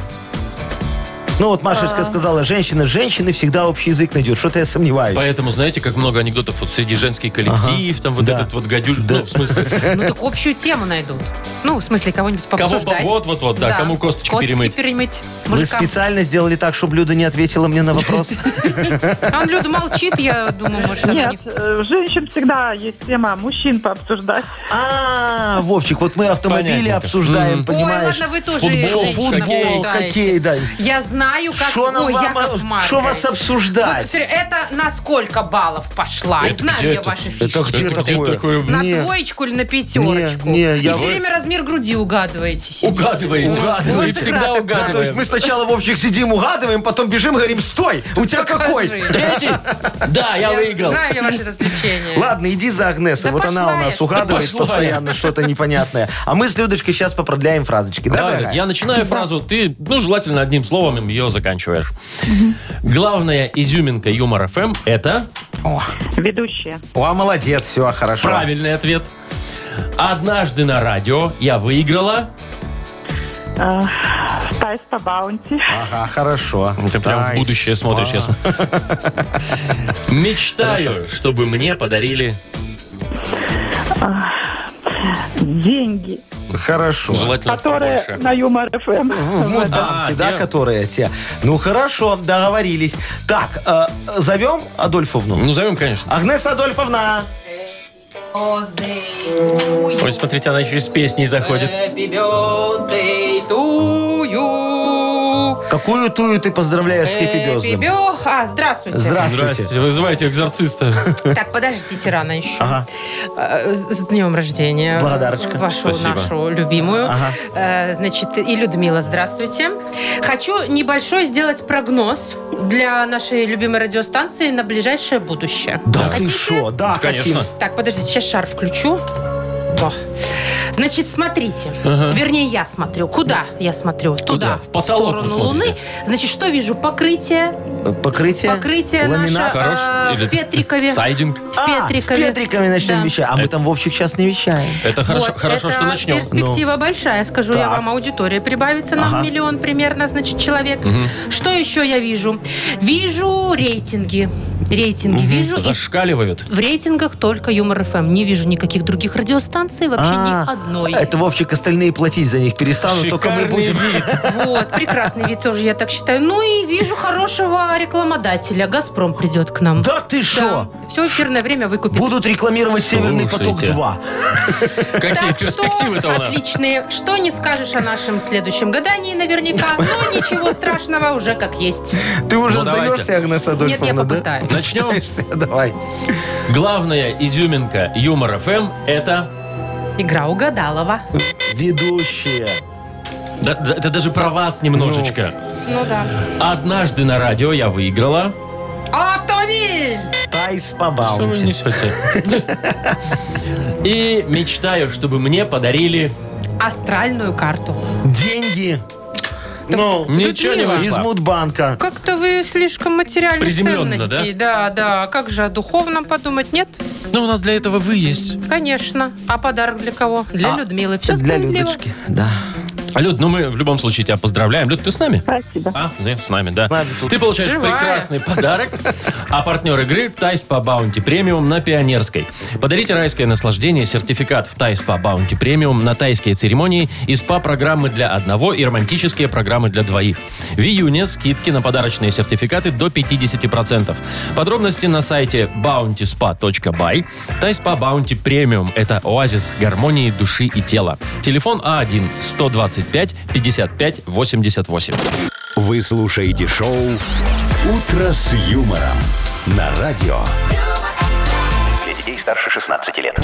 Speaker 4: Ну вот Машечка
Speaker 3: А.
Speaker 4: сказала, женщина, с женщиной всегда общий язык найдет. Что-то я сомневаюсь.
Speaker 2: Поэтому, знаете, как много анекдотов вот среди женский коллектив, там вот
Speaker 4: Да.
Speaker 2: этот вот гадюш...
Speaker 4: Да.
Speaker 2: Ну, в смысле,
Speaker 3: Ну так общую тему найдут. Ну, в смысле, кого-нибудь
Speaker 2: Кого
Speaker 3: пообсуждать.
Speaker 2: по- вот, вот, вот, да, кому косточки перемыть.
Speaker 4: Мы
Speaker 3: Мужикам.
Speaker 4: специально сделали так, чтобы Люда не ответила мне на
Speaker 2: [LAUGHS]
Speaker 4: вопрос.
Speaker 3: А он, Люда, молчит, я думаю, может, она
Speaker 9: Нет,
Speaker 3: не-
Speaker 9: э, у женщин всегда есть тема мужчин пообсуждать.
Speaker 4: А, Вовчик, вот мы автомобили
Speaker 2: Понятненько.
Speaker 4: обсуждаем,
Speaker 3: Ой,
Speaker 4: понимаешь?
Speaker 3: ладно, вы тоже
Speaker 2: Футбол,
Speaker 3: женщина,
Speaker 4: футбол,
Speaker 3: обсуждаете.
Speaker 4: хоккей, да.
Speaker 3: Я знаю, как...
Speaker 4: Что нам
Speaker 3: Ой,
Speaker 4: вам-
Speaker 3: Яков Маркович.
Speaker 4: Что вас
Speaker 3: Вот,
Speaker 4: обсуждать?
Speaker 3: смотри, это на сколько баллов пошла?
Speaker 2: Это
Speaker 3: Знаю
Speaker 2: где
Speaker 3: я
Speaker 2: это?
Speaker 3: ваши
Speaker 4: Это
Speaker 3: фишки.
Speaker 4: где
Speaker 2: Это где
Speaker 4: такое?
Speaker 2: такое?
Speaker 3: На
Speaker 4: Не.
Speaker 3: двоечку или на пятерочку?
Speaker 4: Не, не,
Speaker 3: и
Speaker 4: я-
Speaker 3: все время размер груди угадываете. сидите.
Speaker 2: Угадываете.
Speaker 3: Угадываете.
Speaker 2: И всегда
Speaker 3: Да,
Speaker 4: Да, то есть
Speaker 2: угадываем.
Speaker 4: мы сначала, Вовчик, сидим, угадываем, потом бежим, говорим, стой, у тебя какой?
Speaker 3: Покажи.
Speaker 2: Третий? Да, я
Speaker 3: Я
Speaker 2: выиграл.
Speaker 3: Знаю я ваши развлечения.
Speaker 4: Ладно, иди за Агнесой.
Speaker 3: Да
Speaker 4: вот она
Speaker 3: пошла
Speaker 4: у
Speaker 3: я.
Speaker 4: нас
Speaker 3: Да
Speaker 4: угадывает
Speaker 2: пошла я.
Speaker 4: постоянно что-то непонятное. А мы с Людочкой сейчас поправляем фразочки. Да,
Speaker 2: Да,
Speaker 4: дорогая?
Speaker 2: я начинаю фразу, ты, ну, желательно одним словом ее заканчиваешь. Главная изюминка юмора ФМ – это
Speaker 9: Ведущие.
Speaker 4: О, молодец, все, хорошо.
Speaker 2: правильный ответ. Однажды на радио я выиграла
Speaker 9: э, Спайс по баунти.
Speaker 4: Ага, хорошо.
Speaker 2: Ну, Ты прям в
Speaker 4: Nice.
Speaker 2: будущее смотришь, я
Speaker 4: [LAUGHS]
Speaker 2: смотрю. Мечтаю, чтобы мне подарили
Speaker 9: Деньги,
Speaker 4: Хорошо.
Speaker 2: желательно
Speaker 9: которые
Speaker 2: побольше.
Speaker 9: на Юмор Эм. ФМ.
Speaker 4: В Мудбанке,
Speaker 2: А,
Speaker 4: да,
Speaker 2: те.
Speaker 4: которые те. Ну хорошо, договорились. Так, э, зовем Адольфовну.
Speaker 2: Ну, зовем, конечно.
Speaker 4: Агнеса Адольфовна.
Speaker 2: Ой, смотрите, она еще и с песней заходит.
Speaker 4: Какую тую ты поздравляешь с Хэппи Бездом?
Speaker 3: А, здравствуйте.
Speaker 4: Здравствуйте.
Speaker 2: Здрасте, вызывайте экзорциста.
Speaker 3: Так, подождите, рано еще. Э, С с днем рождения.
Speaker 4: Благодарочка.
Speaker 3: Вашу,
Speaker 2: Спасибо.
Speaker 3: нашу любимую.
Speaker 4: Ага.
Speaker 3: Э, Значит, и Людмила, здравствуйте. Хочу небольшой сделать прогноз для нашей любимой радиостанции на ближайшее будущее.
Speaker 4: Да ты
Speaker 3: Хотите?
Speaker 4: что? Да, хотим.
Speaker 2: Конечно.
Speaker 3: Так, подождите, сейчас шар включу. Во. Значит, смотрите. Вернее, я смотрю. Куда я смотрю? Туда,
Speaker 2: В
Speaker 3: в
Speaker 2: потолок вы
Speaker 3: сторону
Speaker 2: смотрите?
Speaker 3: Луны. Значит, что вижу? Покрытие.
Speaker 4: Покрытие?
Speaker 3: Покрытие
Speaker 4: Ламинат?
Speaker 3: наше
Speaker 2: Хорош?
Speaker 3: э,
Speaker 2: Или-
Speaker 3: в Петрикове.
Speaker 2: Сайдинг.
Speaker 3: в Петрикове.
Speaker 4: А, в Петрикове начнем
Speaker 3: Да.
Speaker 4: вещать. А мы там Вовчик сейчас не вещаем.
Speaker 2: Это хорошо,
Speaker 3: Вот,
Speaker 2: хорошо
Speaker 3: это
Speaker 2: что Ну. начнем.
Speaker 3: перспектива большая, скажу я
Speaker 4: Так.
Speaker 3: вам. Аудитория прибавится нам
Speaker 4: Ага.
Speaker 3: миллион примерно, значит, человек. Что еще я вижу? Вижу рейтинги. Рейтинги вижу. и
Speaker 2: Ну, Зашкаливают.
Speaker 3: в рейтингах только Юмор ФМ. Не вижу никаких других радиостанций, вообще
Speaker 4: А,
Speaker 3: ни одной.
Speaker 4: Это Вовчик, остальные платить за них перестанут, ну только мы
Speaker 2: Шикарный
Speaker 4: будем...
Speaker 2: вид.
Speaker 3: Вот, прекрасный вид тоже, я так считаю. Ну и вижу хорошего рекламодателя. «Газпром» придет к нам.
Speaker 4: Да ты что?
Speaker 3: Все эфирное время выкупит.
Speaker 4: Будут рекламировать Северный поток
Speaker 2: Слушайте.
Speaker 4: 2.
Speaker 2: Какие
Speaker 3: Так что
Speaker 2: перспективы-то у нас? Ну,
Speaker 3: отличные. Что не скажешь о нашем следующем гадании наверняка, но ничего страшного уже как есть.
Speaker 4: Ты уже
Speaker 2: Ну, давайте.
Speaker 4: сдаешься, Агнеса
Speaker 3: Нет, я
Speaker 4: Адольфовна, да?
Speaker 3: попытаюсь.
Speaker 2: Начнем.
Speaker 4: Сдаешься? Давай.
Speaker 2: Главная изюминка юмора ФМ это...
Speaker 3: Игра угадалова.
Speaker 4: Ведущие.
Speaker 2: Да, да- это даже про вас немножечко.
Speaker 3: Ну да.
Speaker 2: Однажды на радио я выиграла...
Speaker 3: Автомобиль!
Speaker 4: Тайс по
Speaker 2: Что вы
Speaker 4: баунти.
Speaker 2: несете? И мечтаю, чтобы мне подарили...
Speaker 3: Астральную карту.
Speaker 4: Деньги. Ну,
Speaker 2: Ничего не
Speaker 3: Людмила.
Speaker 4: из
Speaker 2: вышло.
Speaker 4: Мудбанка.
Speaker 3: Как-то вы слишком материальных
Speaker 2: Приземленно,
Speaker 3: ценностей. Да? да, Как же о духовном подумать? Нет?
Speaker 2: Ну, у нас для этого вы есть.
Speaker 3: Конечно. А подарок для кого? Для
Speaker 4: А,
Speaker 3: Людмилы. Все
Speaker 4: Для
Speaker 3: справедливо.
Speaker 4: Людочки, да.
Speaker 2: Люд, ну мы в любом случае тебя поздравляем. Люд, ты с нами?
Speaker 9: Спасибо.
Speaker 2: А, да, с нами, да.
Speaker 4: Ладно, тут.
Speaker 2: Ты получаешь
Speaker 3: Живая.
Speaker 2: прекрасный подарок. А партнер игры Тайс по Баунти Премиум на Пионерской. Подарите райское наслаждение, сертификат в Тайс по Баунти Премиум на тайские церемонии и СПА-программы для одного и романтические программы для двоих. В июне скидки на подарочные сертификаты до 50%. Подробности на сайте bountyspa.by. Тайс по Баунти Премиум – это оазис гармонии души и тела. Телефон А А1-125-55-88.
Speaker 1: Вы слушаете шоу «Утро с юмором» на радио.
Speaker 5: Для детей старше 16 лет.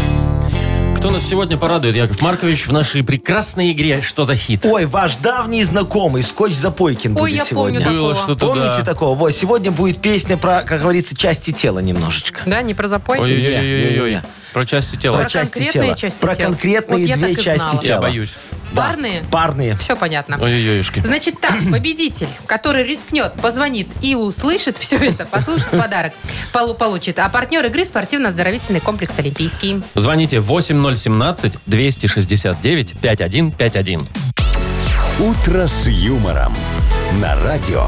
Speaker 2: Кто нас сегодня порадует, Яков Маркович, в нашей прекрасной игре «Что за хит?»
Speaker 4: Ой, ваш давний знакомый, Скотч Запойкин
Speaker 3: Ой,
Speaker 4: будет
Speaker 3: я
Speaker 4: сегодня.
Speaker 3: помню
Speaker 2: Было
Speaker 3: такого.
Speaker 2: что-то,
Speaker 4: Помните
Speaker 2: да.
Speaker 4: такого? Вот, сегодня будет песня про, как говорится, части тела немножечко.
Speaker 3: Да, не про запой?
Speaker 2: Ой-ой-ой-ой-ой.
Speaker 4: Не-не-не.
Speaker 2: Про части
Speaker 3: Про
Speaker 2: тела.
Speaker 4: части
Speaker 3: конкретные
Speaker 4: тела.
Speaker 3: части
Speaker 4: Про
Speaker 3: тела.
Speaker 4: конкретные
Speaker 3: Вот я
Speaker 4: две
Speaker 3: так и
Speaker 4: части
Speaker 3: знала.
Speaker 4: тела.
Speaker 2: Я боюсь.
Speaker 4: Да,
Speaker 3: Парные?
Speaker 4: Парные.
Speaker 3: Все понятно.
Speaker 2: Ой-ой-ой-ушки.
Speaker 3: Значит
Speaker 2: [CLEARS THROAT]
Speaker 3: так, победитель, который рискнет, позвонит и услышит все это, послушает подарок, полу- получит. А партнер игры спортивно-оздоровительный комплекс «Олимпийский».
Speaker 2: Звоните 8017-269-5151.
Speaker 1: «Утро с юмором» на радио.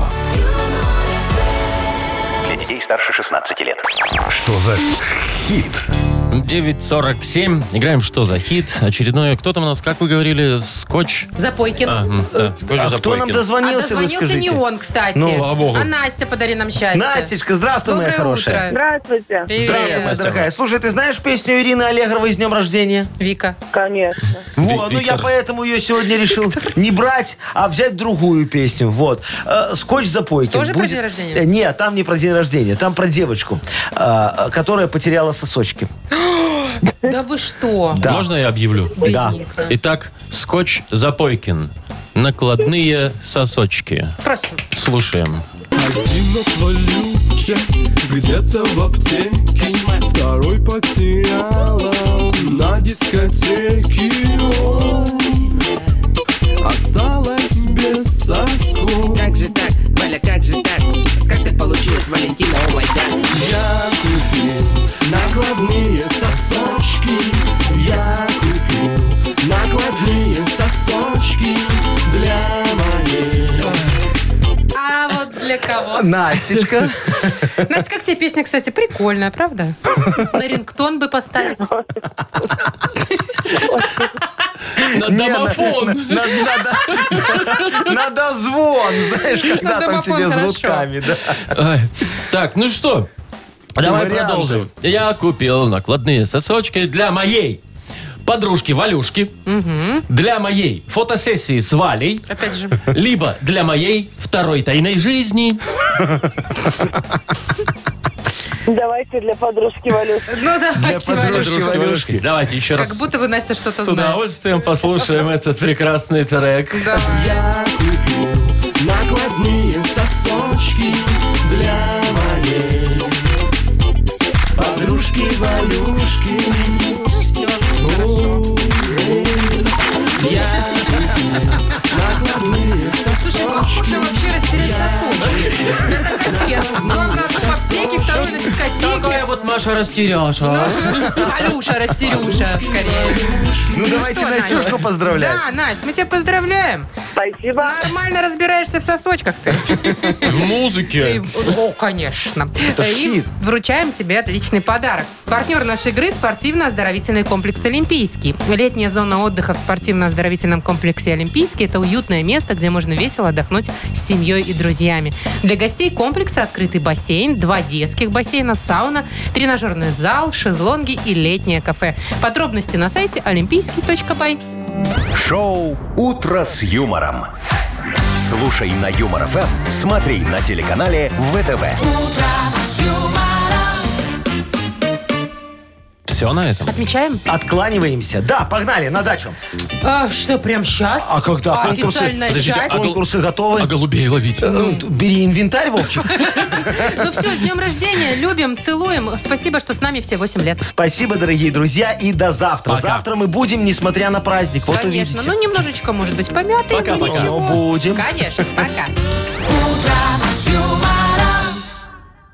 Speaker 5: Для детей старше 16 лет.
Speaker 1: Что за хит?
Speaker 2: 947. Играем «Что за хит?» Очередное. Кто там у нас, как вы говорили, скотч?
Speaker 3: Запойкин.
Speaker 2: А,
Speaker 3: А,
Speaker 2: м, да, скотч
Speaker 4: А кто
Speaker 2: Запойкин.
Speaker 4: нам дозвонился, вы
Speaker 3: дозвонился не
Speaker 4: скажите?
Speaker 3: он, кстати.
Speaker 2: Ну, слава богу.
Speaker 3: А Настя, подари нам счастье.
Speaker 4: Настечка, здравствуй,
Speaker 3: Доброе
Speaker 4: моя хорошая.
Speaker 3: утро.
Speaker 9: Здравствуйте.
Speaker 3: Привет.
Speaker 2: Здравствуй,
Speaker 4: Моя
Speaker 2: Настя.
Speaker 4: дорогая, слушай, ты знаешь песню Ирины Аллегровой с днем рождения?
Speaker 3: Вика.
Speaker 9: Конечно.
Speaker 4: Во, ну я
Speaker 2: Виктор.
Speaker 4: поэтому ее сегодня решил не брать, а взять другую песню. Вот. Э, Скотч Запойкин.
Speaker 3: Тоже про
Speaker 4: будет-
Speaker 3: день рождения?
Speaker 4: Э, Нет, там не про день рождения, там про девочку, э, которая потеряла сосочки.
Speaker 3: Да вы что?
Speaker 4: Да.
Speaker 2: Можно я объявлю?
Speaker 4: Да.
Speaker 3: Бедненькая.
Speaker 2: Итак, скотч Запойкин. Накладные сосочки.
Speaker 3: Просим.
Speaker 2: Слушаем.
Speaker 10: где-то в аптеке Второй потеряла на дискотеке Он Осталась без сосков
Speaker 11: Как же так, Валя, как же так? Как так получилось, Валентина, о май гад.
Speaker 10: Я купил накладные сосочки Я купил накладные сосочки Для
Speaker 3: А [LAUGHS]
Speaker 4: Настечка.
Speaker 3: Настя, как тебе песня, кстати, прикольная, правда? На рингтон бы поставить.
Speaker 2: На
Speaker 4: Не, на-
Speaker 2: домофон.
Speaker 4: на- на- на- На дозвон, знаешь, когда там
Speaker 3: домофон
Speaker 4: тебе с
Speaker 3: хорошо.
Speaker 4: гудками. да.
Speaker 2: Ай. Так, ну что, давай
Speaker 4: Варианты.
Speaker 2: продолжим. Я купил накладные сосочки для моей подружки Валюшки, для моей фотосессии с Валей,
Speaker 3: Опять же.
Speaker 2: либо для моей второй тайной жизни.
Speaker 12: Давайте для подружки Валюшки.
Speaker 3: Ну давайте, Валюш.
Speaker 4: Подружки Валюшки.
Speaker 2: Давайте еще
Speaker 3: Как
Speaker 2: раз.
Speaker 3: будто бы Настя
Speaker 2: С
Speaker 3: что-то знает.
Speaker 2: удовольствием послушаем этот прекрасный трек.
Speaker 3: Давай.
Speaker 10: Накладные сосочки для моей Подружки Валюшки Все Я накладные
Speaker 3: Слушай, как
Speaker 10: сосочки
Speaker 3: можно вообще растерять сосочки? Это капец. Главное, одну в аптеке, вторую на
Speaker 2: Такая
Speaker 3: дискотеке. Ну,
Speaker 2: вот Маша растеряша.
Speaker 3: Валюша, растерюша, скорее.
Speaker 4: Ну давайте
Speaker 3: что,
Speaker 4: Настюшку
Speaker 3: Настя?
Speaker 4: поздравлять.
Speaker 3: Да, Настя, мы тебя поздравляем.
Speaker 12: Спасибо.
Speaker 3: Нормально разбираешься в сосочках ты.
Speaker 2: В
Speaker 4: [LAUGHS]
Speaker 2: музыке.
Speaker 3: И- О, конечно. И
Speaker 4: хит.
Speaker 3: вручаем тебе отличный подарок. Партнер нашей игры – спортивно-оздоровительный комплекс «Олимпийский». Летняя зона отдыха в спортивно-оздоровительном комплексе «Олимпийский» – это уютное место, где можно весело отдохнуть с семьей и друзьями. Для гостей комплекса открытый бассейн, два детских бассейна, сауна, тренажерный зал, шезлонги и летнее кафе. Подробности на сайте олимпийский.бай.
Speaker 1: Шоу «Утро с юмором». Слушай на Юмор ФМ, смотри на телеканале ВТВ.
Speaker 2: Все на этом.
Speaker 3: Отмечаем?
Speaker 4: Откланиваемся. Да, погнали, на дачу.
Speaker 3: А, что, прям сейчас?
Speaker 4: А когда? Конкурсы?
Speaker 3: Официальная
Speaker 2: Подождите,
Speaker 3: часть?
Speaker 2: а гол-
Speaker 4: Конкурсы готовы?
Speaker 2: А голубей ловить.
Speaker 4: Ну, т- Бери
Speaker 2: [LAUGHS]
Speaker 4: инвентарь, Вовчик.
Speaker 3: Ну все, с днем рождения. Любим, целуем. Спасибо, что с нами все 8 лет.
Speaker 4: Спасибо, дорогие друзья, и до завтра.
Speaker 2: Пока.
Speaker 4: Завтра мы будем, несмотря на праздник. Вот
Speaker 3: Конечно.
Speaker 4: увидите.
Speaker 3: Ну, немножечко, может быть, помятый.
Speaker 2: Пока-пока.
Speaker 3: ничего.
Speaker 4: Но будем.
Speaker 3: Конечно, пока.
Speaker 7: с юмором.